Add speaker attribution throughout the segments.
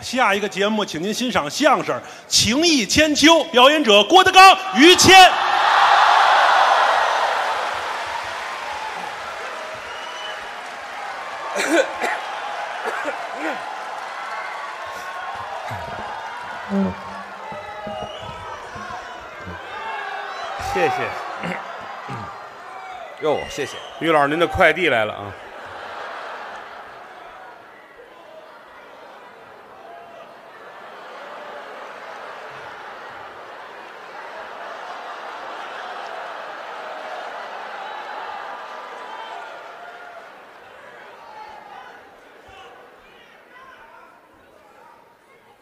Speaker 1: 下一个节目，请您欣赏相声《情义千秋》，表演者郭德纲、于谦。
Speaker 2: 谢谢
Speaker 3: 哟，谢谢。
Speaker 2: 于老师，您的快递来了啊！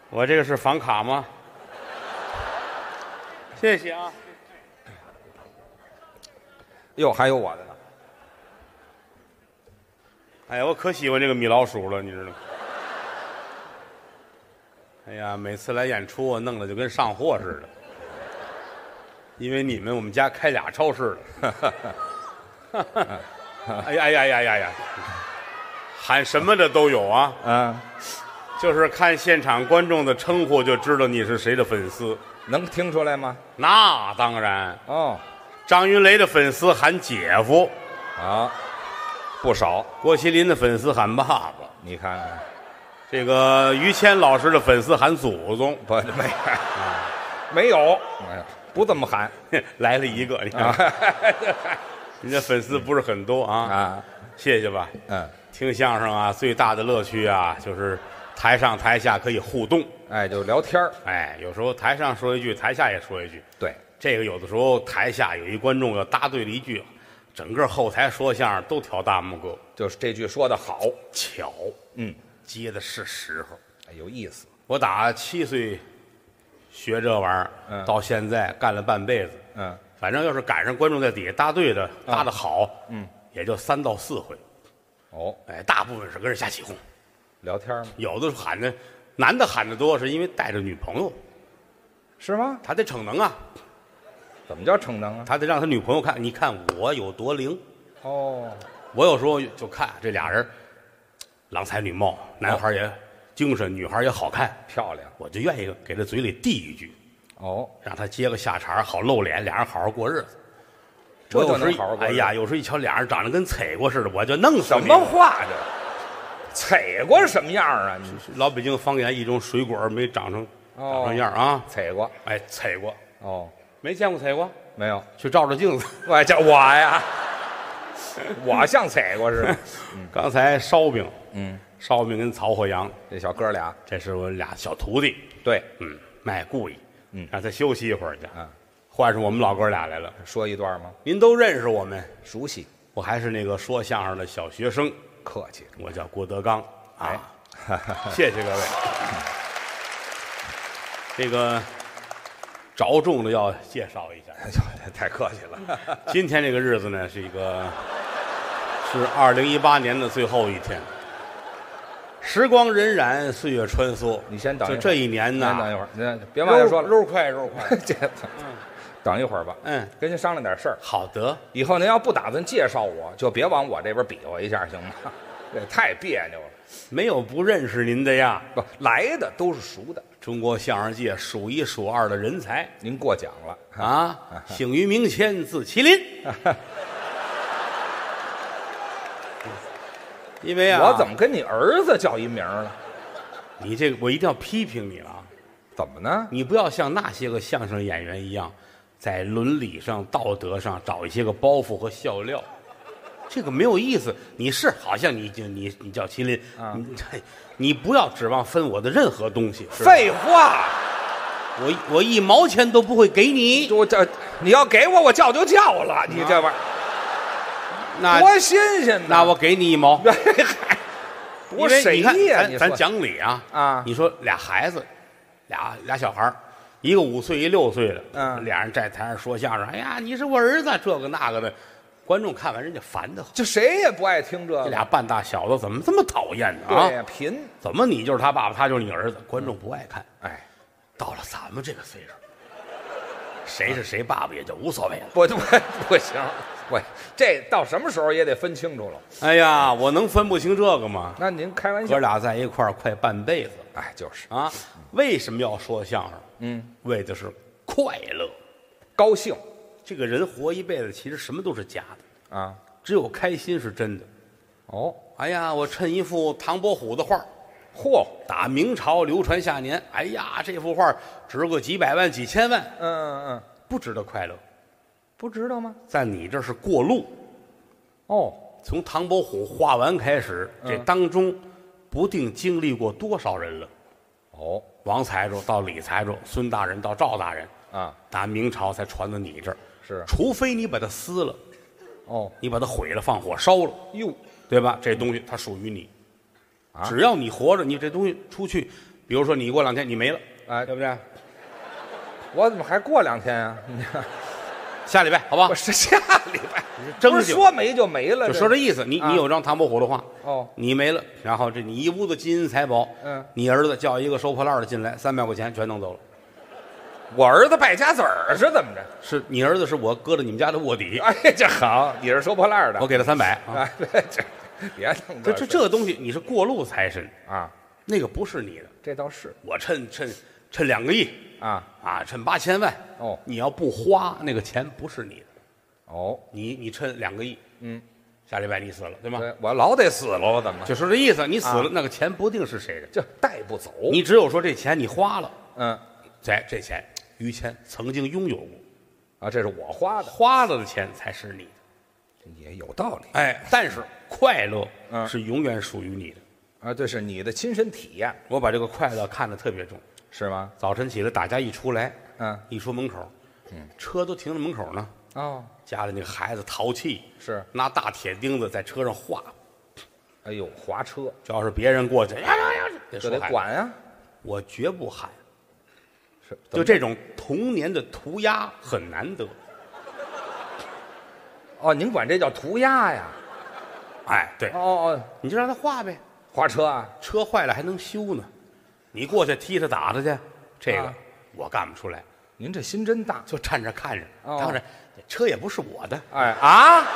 Speaker 2: 我这个是房卡吗？谢谢啊！
Speaker 3: 哟，还有我的呢。
Speaker 2: 哎呀，我可喜欢这个米老鼠了，你知道吗？哎呀，每次来演出啊，弄得就跟上货似的。因为你们，我们家开俩超市了。 哎呀哎呀呀呀呀！喊什么的都有啊，
Speaker 3: 嗯，
Speaker 2: 就是看现场观众的称呼就知道你是谁的粉丝。
Speaker 3: 能听出来吗？
Speaker 2: 那当然，
Speaker 3: 哦，
Speaker 2: 张云雷的粉丝喊姐夫，
Speaker 3: 啊，不少。
Speaker 2: 郭麒麟的粉丝喊爸爸，
Speaker 3: 你看看，
Speaker 2: 这个于谦老师的粉丝喊祖宗。
Speaker 3: 不没没有，哎呀不这么喊
Speaker 2: 来了一个，你看， 人家粉丝不是很多啊，
Speaker 3: 啊。
Speaker 2: 谢谢吧。
Speaker 3: 嗯，
Speaker 2: 听相声啊，最大的乐趣啊，就是台上台下可以互动。
Speaker 3: 哎，就聊天儿。
Speaker 2: 哎，有时候台上说一句，台下也说一句。
Speaker 3: 对，
Speaker 2: 这个有的时候台下有一观众要搭对了一句，整个后台说相声都挑大拇哥，
Speaker 3: 就是这句说的好。
Speaker 2: 巧
Speaker 3: 嗯，
Speaker 2: 接的是时候。
Speaker 3: 哎有意思。
Speaker 2: 我打七岁学这玩意儿，
Speaker 3: 嗯
Speaker 2: 到现在干了半辈子。
Speaker 3: 嗯，
Speaker 2: 反正要是赶上观众在底下搭队的
Speaker 3: 啊
Speaker 2: 搭的好，嗯，也就三到四回。
Speaker 3: 哦，
Speaker 2: 哎，大部分是跟人瞎起哄，
Speaker 3: 聊天儿吗？
Speaker 2: 有的是喊的，男的喊的多，是因为带着女朋友，
Speaker 3: 是吗？
Speaker 2: 他得逞能啊，
Speaker 3: 怎么叫逞能啊？
Speaker 2: 他得让他女朋友看，你看我有多灵。
Speaker 3: 哦，
Speaker 2: 我有时候就看这俩人，郎才女貌，男孩也精神，女孩也好看，
Speaker 3: 漂亮。
Speaker 2: 我就愿意给他嘴里递一句，
Speaker 3: 哦，
Speaker 2: 让他接个下茬儿，好露脸，俩人好好过日子。
Speaker 3: 这
Speaker 2: 我
Speaker 3: 就
Speaker 2: 有时候
Speaker 3: 能
Speaker 2: 一
Speaker 3: 好好过日
Speaker 2: 哎
Speaker 3: 子
Speaker 2: 呀，有时候一瞧俩人长得跟踩过似的，我就弄死
Speaker 3: 什
Speaker 2: 你
Speaker 3: 么话这？踩过什么样啊？你
Speaker 2: 老北京方言一种水果没长成
Speaker 3: 哦
Speaker 2: 长成样儿啊，
Speaker 3: 踩过？
Speaker 2: 哎，踩过，
Speaker 3: 哦，
Speaker 2: 没见过踩过，
Speaker 3: 没有。
Speaker 2: 去照照镜子。
Speaker 3: 我叫我呀，我像踩过似的。
Speaker 2: 刚才烧饼，
Speaker 3: 嗯，
Speaker 2: 烧饼跟曹火阳，
Speaker 3: 这小哥俩，
Speaker 2: 这是我俩小徒弟，
Speaker 3: 对，
Speaker 2: 嗯，卖故意，
Speaker 3: 嗯
Speaker 2: 让他休息一会儿去。
Speaker 3: 啊，
Speaker 2: 换上我们老哥俩来了，
Speaker 3: 说一段吗？
Speaker 2: 您都认识我们，
Speaker 3: 熟悉，
Speaker 2: 我还是那个说相声的小学生，
Speaker 3: 客气。
Speaker 2: 我叫郭德纲
Speaker 3: 哎
Speaker 2: 啊， 谢谢各位。这个着重的要介绍一下，
Speaker 3: 哎呦，太客气了。
Speaker 2: 今天这个日子呢，是一个是二零一八年的最后一天。时光荏苒，岁月穿梭。
Speaker 3: 你先等一会
Speaker 2: 就
Speaker 3: 儿
Speaker 2: 这一年
Speaker 3: 您
Speaker 2: 嗯呐，
Speaker 3: 等一会儿，您别往下说了。
Speaker 2: 肉快肉快。
Speaker 3: 这等一会儿吧。
Speaker 2: 嗯，
Speaker 3: 跟您商量点事儿。
Speaker 2: 好的，
Speaker 3: 以后您要不打算介绍我，就别往我这边比划一下，行吗？ 这太别扭了。
Speaker 2: 没有不认识您的呀。
Speaker 3: 不，来的都是熟的。
Speaker 2: 中国相声界数一数二的人才
Speaker 3: 您过奖了，
Speaker 2: 啊，姓于名谦，字麒 麟。因为啊，
Speaker 3: 我怎么跟你儿子叫一名儿呢？
Speaker 2: 你这个我一定要批评你了啊！
Speaker 3: 怎么呢？
Speaker 2: 你不要像那些个相声演员一样，在伦理上、道德上找一些个包袱和笑料，这个没有意思。你是好像你就你你叫麒麟，
Speaker 3: 啊
Speaker 2: 你 嘿你不要指望分我的任何东西，是吧啊
Speaker 3: 废话。
Speaker 2: 我我一毛钱都不会给你。
Speaker 3: 我这你要给我，我叫就叫了，你这玩意儿
Speaker 2: 那
Speaker 3: 多新鲜
Speaker 2: 嗯啊
Speaker 3: 呢！
Speaker 2: 那我给你一毛，
Speaker 3: 嗨，多
Speaker 2: 因为
Speaker 3: 谁
Speaker 2: 你看
Speaker 3: 呀？
Speaker 2: 咱
Speaker 3: 你
Speaker 2: 咱
Speaker 3: 说
Speaker 2: 讲理啊
Speaker 3: 啊
Speaker 2: 你说俩孩子，俩俩小孩儿一个五岁，一六岁的，
Speaker 3: 嗯
Speaker 2: 俩人在台上说相声，哎呀，你是我儿子，这个那个的，观众看完人家烦的，
Speaker 3: 就谁也不爱听这
Speaker 2: 这
Speaker 3: 个，
Speaker 2: 俩半大小子怎么这么讨厌呢？
Speaker 3: 对
Speaker 2: 啊，
Speaker 3: 呀，贫
Speaker 2: 怎么你就是他爸爸，他就是你儿子？观众不爱看。
Speaker 3: 哎，
Speaker 2: 到了咱们这个岁数，谁是谁爸爸也就无所谓了。
Speaker 3: 不不 不行，我这到什么时候也得分清楚了。
Speaker 2: 哎呀，我能分不清这个吗？
Speaker 3: 那您开玩笑
Speaker 2: 哥，俩在一块儿快半辈子了，
Speaker 3: 哎，就是
Speaker 2: 啊。为什么要说相声？嗯，为的是快乐。
Speaker 3: 高兴
Speaker 2: 这个人活一辈子，其实什么都是假的，
Speaker 3: 啊。
Speaker 2: 只有开心是真的。
Speaker 3: 哦，
Speaker 2: 哎呀，我趁一幅唐伯虎的画儿，
Speaker 3: 嚯，
Speaker 2: 打明朝流传下年。哎呀，这幅画儿值个几百万、几千万，
Speaker 3: 嗯嗯嗯，
Speaker 2: 不值得快乐。
Speaker 3: 不知道吗？
Speaker 2: 在你这是过路，
Speaker 3: 哦，
Speaker 2: 从唐伯虎画完开始，这当中不定经历过多少人了。
Speaker 3: 哦，
Speaker 2: 王财主到李财主，孙大人到赵大人，
Speaker 3: 啊，
Speaker 2: 打明朝才传到你这儿。
Speaker 3: 是
Speaker 2: 除非你把它撕了，
Speaker 3: 哦，
Speaker 2: 你把它毁了，放火烧了，
Speaker 3: 哟，
Speaker 2: 对吧？这东西它属于你，
Speaker 3: 啊
Speaker 2: 只要你活着，你这东西出去，比如说你过两天你没了，
Speaker 3: 哎
Speaker 2: 对不对？
Speaker 3: 我怎么还过两天 啊？
Speaker 2: 下礼拜好吧
Speaker 3: 我？是下礼拜，
Speaker 2: 争
Speaker 3: 不是
Speaker 2: 取
Speaker 3: 说没就没了，
Speaker 2: 就说这意思，你
Speaker 3: 啊
Speaker 2: 你有张唐伯虎的画，
Speaker 3: 哦
Speaker 2: 你没了，然后这你一屋子金银财宝，
Speaker 3: 嗯，
Speaker 2: 你儿子叫一个收破烂的进来，三百块钱全弄走了，
Speaker 3: 我儿子败家子儿是怎么着？
Speaker 2: 是你儿子是我搁到你们家的卧底，
Speaker 3: 哎，这好，你是收破烂儿的
Speaker 2: 我，给了三百啊，
Speaker 3: 啊，这这别弄
Speaker 2: 这这
Speaker 3: 事
Speaker 2: 这东西你是过路财神，
Speaker 3: 啊，
Speaker 2: 那个不是你的，
Speaker 3: 这倒是
Speaker 2: 我趁趁趁两个亿
Speaker 3: 啊，
Speaker 2: 啊，趁八千万
Speaker 3: 哦
Speaker 2: 你要不花那个钱不是你的，
Speaker 3: 哦，
Speaker 2: 你你趁两个亿，
Speaker 3: 嗯，
Speaker 2: 下礼拜你死了对吗？
Speaker 3: 对我老得死了，我怎么
Speaker 2: 就说这意思，你死了
Speaker 3: 啊
Speaker 2: 那个钱不定是谁的，
Speaker 3: 就带不走？
Speaker 2: 你只有说这钱你花了。
Speaker 3: 嗯
Speaker 2: 在这钱，于谦曾经拥有过，
Speaker 3: 啊，这是我花的，
Speaker 2: 花了的钱才是你的。
Speaker 3: 也有道理
Speaker 2: 哎，但是快乐
Speaker 3: 嗯
Speaker 2: 是永远属于你的。
Speaker 3: 啊，这是你的亲身体验
Speaker 2: 我把这个快乐看得特别重。
Speaker 3: 是吗？
Speaker 2: 早晨起来，大家一出来，
Speaker 3: 嗯，
Speaker 2: 一出门口，车都停在门口呢。
Speaker 3: 哦，
Speaker 2: 家里那个孩子淘气，
Speaker 3: 是，
Speaker 2: 拿大铁钉子在车上划。
Speaker 3: 哎呦，滑车
Speaker 2: 只要是别人过去，哎呀呀呀得说
Speaker 3: 这得
Speaker 2: 喊，
Speaker 3: 管啊，
Speaker 2: 我绝不喊。
Speaker 3: 是，怎
Speaker 2: 就
Speaker 3: 么
Speaker 2: 这种童年的涂鸦很难得。
Speaker 3: 哦，您管这叫涂鸦呀？
Speaker 2: 哎，对
Speaker 3: 哦，哦，
Speaker 2: 你就让他画呗。
Speaker 3: 滑车啊，
Speaker 2: 车坏了还能修呢，你过去踢他打他去，这个、
Speaker 3: 啊
Speaker 2: 我干不出来，
Speaker 3: 您这心真大，
Speaker 2: 就站这看着。
Speaker 3: 哦
Speaker 2: 当然，车也不是我的，
Speaker 3: 哎啊，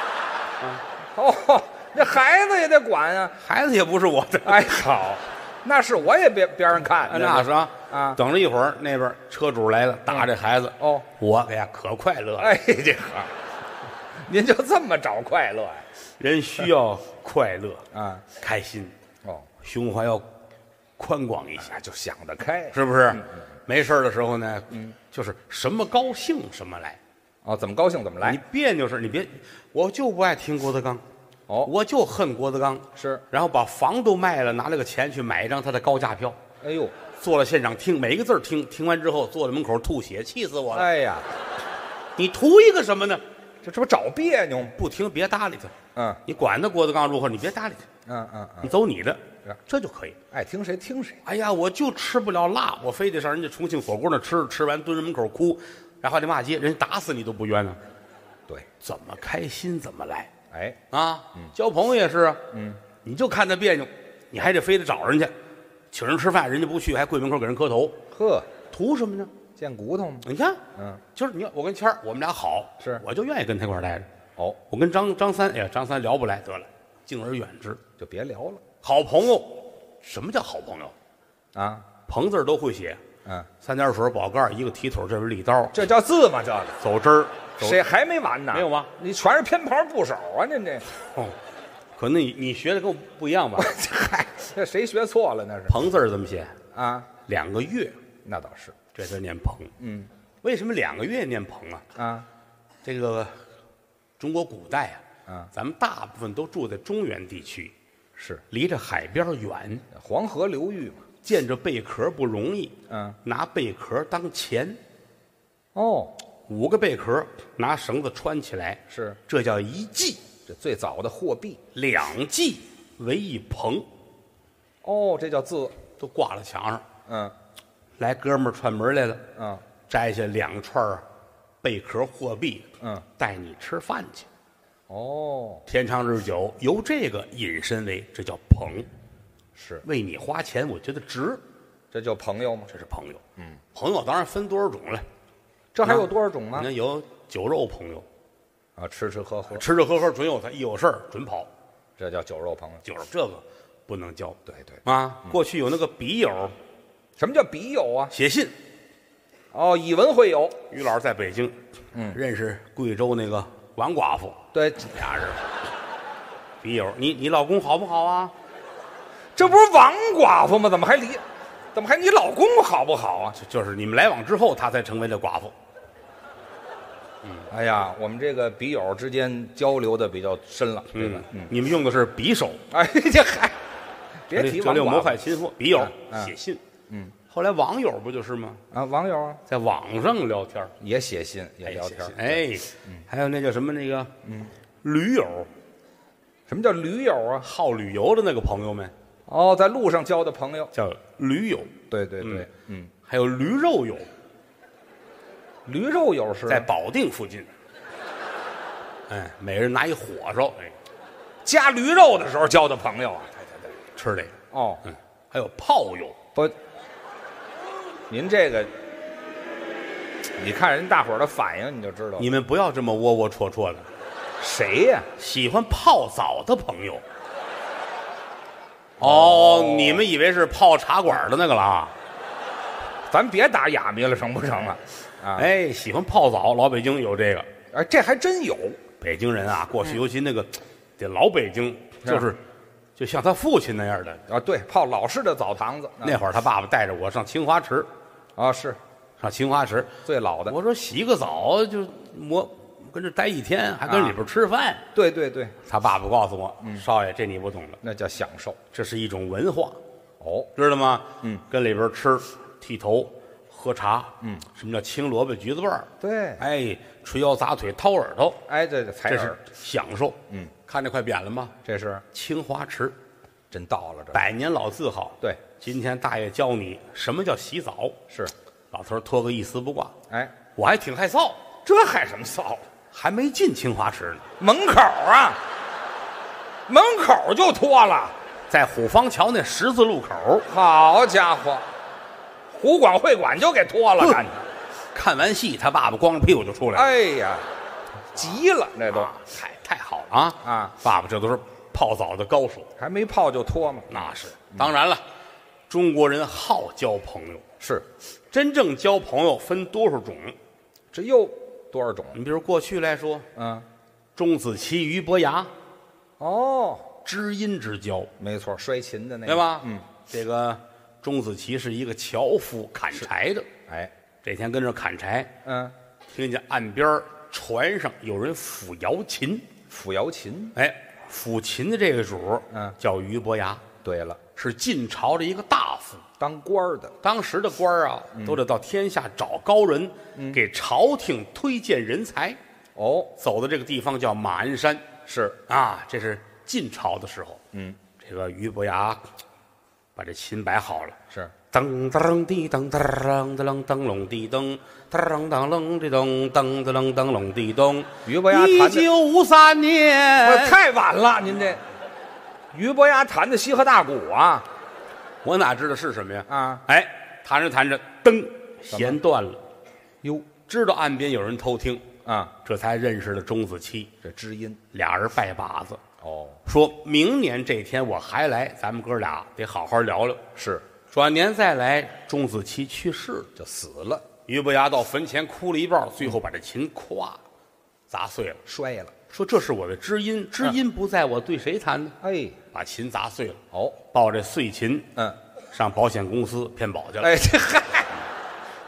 Speaker 3: 哦，那孩子也得管啊，
Speaker 2: 孩子也不是我的，
Speaker 3: 哎，好，那是我也别边上看，
Speaker 2: 那是啊
Speaker 3: 啊
Speaker 2: 等了一会儿，那边车主来了，打这孩子，
Speaker 3: 哦，
Speaker 2: 我哎呀可快乐了。
Speaker 3: 哎，这好，您就这么找快乐呀、
Speaker 2: 人需要快乐、
Speaker 3: 啊？
Speaker 2: 开心，
Speaker 3: 哦，
Speaker 2: 胸怀要宽广一些，
Speaker 3: 那就想得开
Speaker 2: 是不是？嗯没事儿的时候呢，
Speaker 3: 嗯
Speaker 2: 就是什么高兴什么来。
Speaker 3: 哦，怎么高兴怎么
Speaker 2: 你
Speaker 3: 来。
Speaker 2: 别扭是，你别，我就不爱听郭德纲，
Speaker 3: 哦
Speaker 2: 我就恨郭德纲，
Speaker 3: 是
Speaker 2: 然后把房都卖了，拿那个钱去买一张他的高价票，
Speaker 3: 哎呦，
Speaker 2: 坐了现场听每一个字儿听，听完之后坐在门口吐血，气死我了！
Speaker 3: 哎呀，
Speaker 2: 你图一个什么呢？
Speaker 3: 这这不找别扭吗？
Speaker 2: 不听别搭理他，
Speaker 3: 嗯
Speaker 2: 你管他郭德纲如何，你别搭理他，
Speaker 3: 嗯嗯嗯，
Speaker 2: 你走你的
Speaker 3: 是，
Speaker 2: 这就可以。
Speaker 3: 爱听谁听谁。
Speaker 2: 哎呀，我就吃不了辣，我非得上人家重庆火锅那吃，吃完蹲人门口哭，然后还得骂街，人家打死你都不冤呢、
Speaker 3: 对，
Speaker 2: 怎么开心怎么来。
Speaker 3: 哎，
Speaker 2: 啊，交朋友也是啊，嗯，你就看他别扭，你还得非得找人去，请人吃饭，人家不去，还跪门口给人磕头，
Speaker 3: 呵，
Speaker 2: 图什么呢？
Speaker 3: 见骨头吗？
Speaker 2: 你看，
Speaker 3: 嗯，
Speaker 2: 就是你看我跟谦儿，我们俩好，
Speaker 3: 是
Speaker 2: 我就愿意跟他一块儿待着。
Speaker 3: 哦，
Speaker 2: 我跟张张三，哎呀，张三聊不来，得了，敬而远之。
Speaker 3: 就别聊了
Speaker 2: 好朋友，什么叫好朋友？
Speaker 3: 啊。
Speaker 2: 朋字儿都会写，
Speaker 3: 嗯，
Speaker 2: 三点水宝盖儿，一个提腿儿，这是利刀，
Speaker 3: 这叫字吗？这个
Speaker 2: 走之儿，走
Speaker 3: 谁还没完呢？
Speaker 2: 没有吗？
Speaker 3: 你全是偏旁部首啊！您这，
Speaker 2: 哦可能你你学的跟我不一样吧？
Speaker 3: 嗨，这谁学错了那是？
Speaker 2: 朋字儿怎么写？
Speaker 3: 啊，
Speaker 2: 两个月，
Speaker 3: 那倒是
Speaker 2: 这字念鹏。嗯，为什么两个月念鹏啊？
Speaker 3: 啊。
Speaker 2: 这个中国古代啊，
Speaker 3: 嗯
Speaker 2: 咱们大部分都住在中原地区，
Speaker 3: 是
Speaker 2: 离着海边远，
Speaker 3: 黄河流域嘛？
Speaker 2: 见着贝壳不容易。
Speaker 3: 嗯，
Speaker 2: 拿贝壳当钱，
Speaker 3: 哦，
Speaker 2: 五个贝壳拿绳子穿起来，
Speaker 3: 是
Speaker 2: 这叫一季，
Speaker 3: 这最早的货币。
Speaker 2: 两季为一棚，
Speaker 3: 哦，这叫字。
Speaker 2: 都挂了墙上。
Speaker 3: 嗯
Speaker 2: 来哥们儿串门来了，
Speaker 3: 嗯，
Speaker 2: 摘下两串儿贝壳货币，
Speaker 3: 嗯，
Speaker 2: 带你吃饭去。
Speaker 3: 哦，
Speaker 2: 天长日久，由这个引申为这叫朋，
Speaker 3: 是
Speaker 2: 为你花钱，我觉得值，
Speaker 3: 这叫朋友吗？
Speaker 2: 这是朋友。嗯，朋友当然分多少种了，
Speaker 3: 这还有多少种
Speaker 2: 你
Speaker 3: 呢？
Speaker 2: 看有酒肉朋友，
Speaker 3: 啊，吃吃喝喝，
Speaker 2: 吃吃喝喝准有他，一有事儿准跑，
Speaker 3: 这叫酒肉朋友。
Speaker 2: 酒肉这个不能交。
Speaker 3: 对对，
Speaker 2: 啊，过去有那个笔友，
Speaker 3: 什么叫笔友啊？
Speaker 2: 写信。
Speaker 3: 哦，以文会友，
Speaker 2: 于老师在北京，嗯，认识贵州那个王寡妇，
Speaker 3: 对，
Speaker 2: 俩人 笔友。你你老公好不好啊？
Speaker 3: 这不是王寡妇吗？怎么还离？怎么还你老公好不好啊？
Speaker 2: 就就是你们来往之后，他才成为了寡妇。
Speaker 3: 哎呀，我们这个笔友之间交流的比较深了，对吧？ 嗯，
Speaker 2: 你们用的是匕首，
Speaker 3: 哎，这还别提
Speaker 2: 这
Speaker 3: 王
Speaker 2: 六谋
Speaker 3: 寡
Speaker 2: 害
Speaker 3: 妇
Speaker 2: 亲夫，笔友
Speaker 3: 嗯
Speaker 2: 写信。嗯，后来网友不就是吗？
Speaker 3: 啊，网友啊
Speaker 2: 在网上聊天儿，
Speaker 3: 也写信嗯也聊天
Speaker 2: 哎写。信哎，还有那叫什么那个，嗯，驴友，
Speaker 3: 什么叫驴友啊？
Speaker 2: 好旅游的那个朋友们
Speaker 3: 哦，在路上交的朋友。
Speaker 2: 叫驴友，
Speaker 3: 对对对
Speaker 2: 嗯，
Speaker 3: 嗯，
Speaker 2: 还有驴肉友，
Speaker 3: 驴肉友是
Speaker 2: 在保定附近。哎，每人拿一火烧，哎，
Speaker 3: 加驴肉的时候交的朋友啊。
Speaker 2: 吃这个。
Speaker 3: 哦，
Speaker 2: 嗯，还有炮友，
Speaker 3: 不，您这个，你看人大伙儿的反应你就知道了
Speaker 2: 你们不要这么窝窝戳戳的。
Speaker 3: 谁呀、
Speaker 2: 喜欢泡澡的朋友。哦，你们以为是泡茶馆的那个了啊？
Speaker 3: 咱别打哑谜了，成不成啊？啊，
Speaker 2: 哎，喜欢泡澡，老北京有这个。
Speaker 3: 哎，这还真有。
Speaker 2: 北京人啊，过去尤其那个，这老北京
Speaker 3: 是
Speaker 2: 就是，就像他父亲那样的。
Speaker 3: 啊，对，泡老式的澡堂子
Speaker 2: 那会儿他爸爸带着我上清华池，
Speaker 3: 啊是
Speaker 2: 上清华池，
Speaker 3: 最老的，
Speaker 2: 我说洗个澡就我跟这待一天，还跟里边吃饭。
Speaker 3: 对对对，
Speaker 2: 他爸爸告诉我，少爷，这你不懂了，
Speaker 3: 那叫享受
Speaker 2: 这是一种文化。
Speaker 3: 哦。
Speaker 2: 知道吗？嗯，跟里边吃，剃头，喝茶，嗯，什么叫青萝卜橘子瓣儿？
Speaker 3: 对
Speaker 2: 哎，捶腰砸腿掏耳朵，
Speaker 3: 哎，这这采
Speaker 2: 这
Speaker 3: 耳
Speaker 2: 是，享受。嗯，看这快扁了吗？
Speaker 3: 这是
Speaker 2: 清华池，
Speaker 3: 真到了这儿。
Speaker 2: 百年老字号。
Speaker 3: 对，
Speaker 2: 今天大爷教你什么叫洗澡。
Speaker 3: 是，
Speaker 2: 老头儿脱个一丝不挂，
Speaker 3: 哎，
Speaker 2: 我还挺害臊，
Speaker 3: 这害什么臊？
Speaker 2: 还没进清华池呢，
Speaker 3: 门口啊，门口就脱了。
Speaker 2: 在虎坊桥那十字路口，
Speaker 3: 好家伙，湖广会馆就给脱了，感觉。
Speaker 2: 看完戏，他爸爸光着屁股就出来了。
Speaker 3: 哎呀，急了，那都
Speaker 2: 啊，太太好了啊！
Speaker 3: 啊，
Speaker 2: 爸爸这都是泡澡的高手。
Speaker 3: 还没泡就脱嘛。
Speaker 2: 那是
Speaker 3: 嗯
Speaker 2: 当然了，中国人好交朋友，
Speaker 3: 是，
Speaker 2: 真正交朋友分多少种？
Speaker 3: 这又多少种？
Speaker 2: 你比如过去来说，
Speaker 3: 嗯，
Speaker 2: 钟子期、俞伯牙，
Speaker 3: 哦，
Speaker 2: 知音之交，
Speaker 3: 没错，摔琴的那个，
Speaker 2: 对吧？
Speaker 3: 嗯，，
Speaker 2: 这个钟子期是一个樵夫，砍柴的。
Speaker 3: 哎，
Speaker 2: 这天跟这儿砍柴，
Speaker 3: 嗯，
Speaker 2: 听见岸边儿船上有人抚瑶琴，
Speaker 3: 抚瑶琴。
Speaker 2: 哎，抚琴的这个主儿，
Speaker 3: 嗯
Speaker 2: 叫俞伯牙，
Speaker 3: 对了，
Speaker 2: 是晋朝的一个大夫。
Speaker 3: 当官儿的
Speaker 2: 当时的官儿啊，都得到天下找高人，
Speaker 3: 嗯
Speaker 2: 给朝廷推荐人才。
Speaker 3: 哦，
Speaker 2: 走的这个地方叫马鞍山
Speaker 3: 是
Speaker 2: 啊，这是晋朝的时候。嗯，这个俞伯牙把这琴摆好了，
Speaker 3: 是，
Speaker 2: 噔噔滴噔噔噔噔噔隆滴噔噔噔噔滴噔噔噔噔隆滴噔。
Speaker 3: 俞伯牙弹的
Speaker 2: 一九五三年，
Speaker 3: 我哎太晚了，您这俞伯牙弹的西河大鼓啊，
Speaker 2: 我哪知道是什么呀？
Speaker 3: 啊，
Speaker 2: 哎，弹着弹着，噔，弦断了，
Speaker 3: 哟
Speaker 2: 知道岸边有人偷听。
Speaker 3: 啊，
Speaker 2: 这才认识了钟子期，
Speaker 3: 这知音
Speaker 2: 俩人拜把子，
Speaker 3: 哦，
Speaker 2: 说明年这天我还来，咱们哥俩得好好聊聊。
Speaker 3: 是
Speaker 2: 转年再来，钟子期去世了，
Speaker 3: 就死了，
Speaker 2: 俞伯牙到坟前哭了一抱，最后把这琴咵砸碎了，
Speaker 3: 摔了，
Speaker 2: 说这是我的知音，知音不在我对谁弹呢？
Speaker 3: 哎，
Speaker 2: 把琴砸碎了，
Speaker 3: 哦，
Speaker 2: 抱着碎琴
Speaker 3: 嗯，
Speaker 2: 上保险公司骗保去了。
Speaker 3: 哎，这嗨，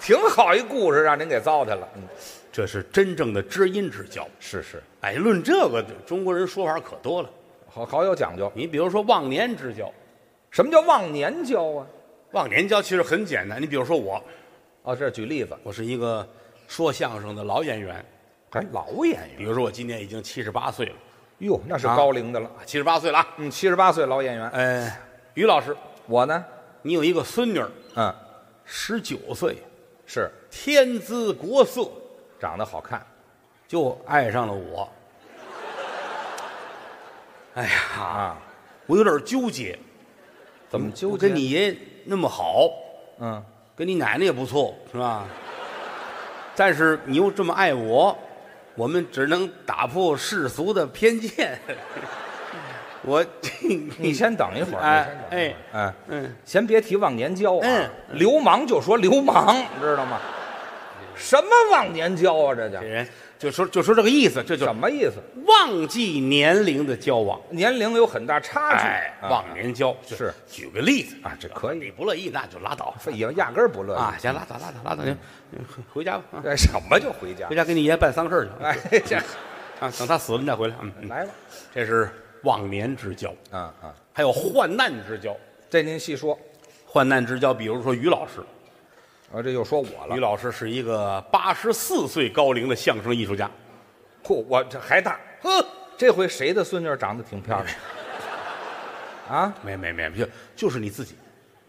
Speaker 3: 挺好一故事，让您给糟蹋了，嗯，
Speaker 2: 这是真正的知音之交。
Speaker 3: 是是，
Speaker 2: 哎，论这个，中国人说法可多了。
Speaker 3: 好好有讲究。
Speaker 2: 你比如说忘年之交，
Speaker 3: 什么叫忘年交啊？
Speaker 2: 忘年交其实很简单。你比如说我，
Speaker 3: 哦，这举例子，
Speaker 2: 我是一个说相声的老演员，
Speaker 3: 还哎老演员啊
Speaker 2: 比如说我今年已经七十八岁了，
Speaker 3: 哟，那是高龄的了，
Speaker 2: 七十八岁了啊。
Speaker 3: 嗯，七十八岁老演员。
Speaker 2: 呃，于老师，
Speaker 3: 我呢，
Speaker 2: 你有一个孙女儿，
Speaker 3: 嗯，
Speaker 2: 十九岁，
Speaker 3: 是
Speaker 2: 天姿国色，
Speaker 3: 长得好看，
Speaker 2: 就爱上了我。哎呀，
Speaker 3: 啊嗯
Speaker 2: 我有点纠结，
Speaker 3: 怎么纠
Speaker 2: 我
Speaker 3: 结？
Speaker 2: 跟你爷爷那么好，
Speaker 3: 嗯，
Speaker 2: 跟你奶奶也不错，是吧？但是你又这么爱我，我们只能打破世俗的偏见。 我
Speaker 3: 你先等一会儿，你先
Speaker 2: 哎
Speaker 3: 等
Speaker 2: 哎
Speaker 3: 哎，
Speaker 2: 嗯，
Speaker 3: 先别提忘年交啊，
Speaker 2: 嗯
Speaker 3: 流氓就说流氓，知道吗？什么忘年交啊？这叫
Speaker 2: 这人就说就说这个意思，这就
Speaker 3: 什么意思？
Speaker 2: 忘记年龄的交往，
Speaker 3: 年龄有很大差距，
Speaker 2: 哎，
Speaker 3: 啊
Speaker 2: 忘年交就是举个例子
Speaker 3: 啊这可以
Speaker 2: 你不乐意那就拉倒
Speaker 3: 也压根儿不乐意。
Speaker 2: 啊，行，拉倒拉倒拉倒，行，
Speaker 3: 嗯
Speaker 2: 行回家吧，啊
Speaker 3: 哎，什么就回家
Speaker 2: 回？家给你爷办丧事儿去
Speaker 3: 哎，这
Speaker 2: 啊，等他死了你再回来。嗯，嗯
Speaker 3: 来吧，
Speaker 2: 这是忘年之交，
Speaker 3: 啊啊，
Speaker 2: 还有患难之交。
Speaker 3: 这您细说。
Speaker 2: 患难之交，比如说于老师，
Speaker 3: 啊，这又说我
Speaker 2: 于
Speaker 3: 了，
Speaker 2: 老师是一个八十四岁高龄的相声艺术家，
Speaker 3: 嚯，我这还大，
Speaker 2: 呵，
Speaker 3: 这回谁的孙女长得挺漂亮？啊，
Speaker 2: 没没没，就就是你自己，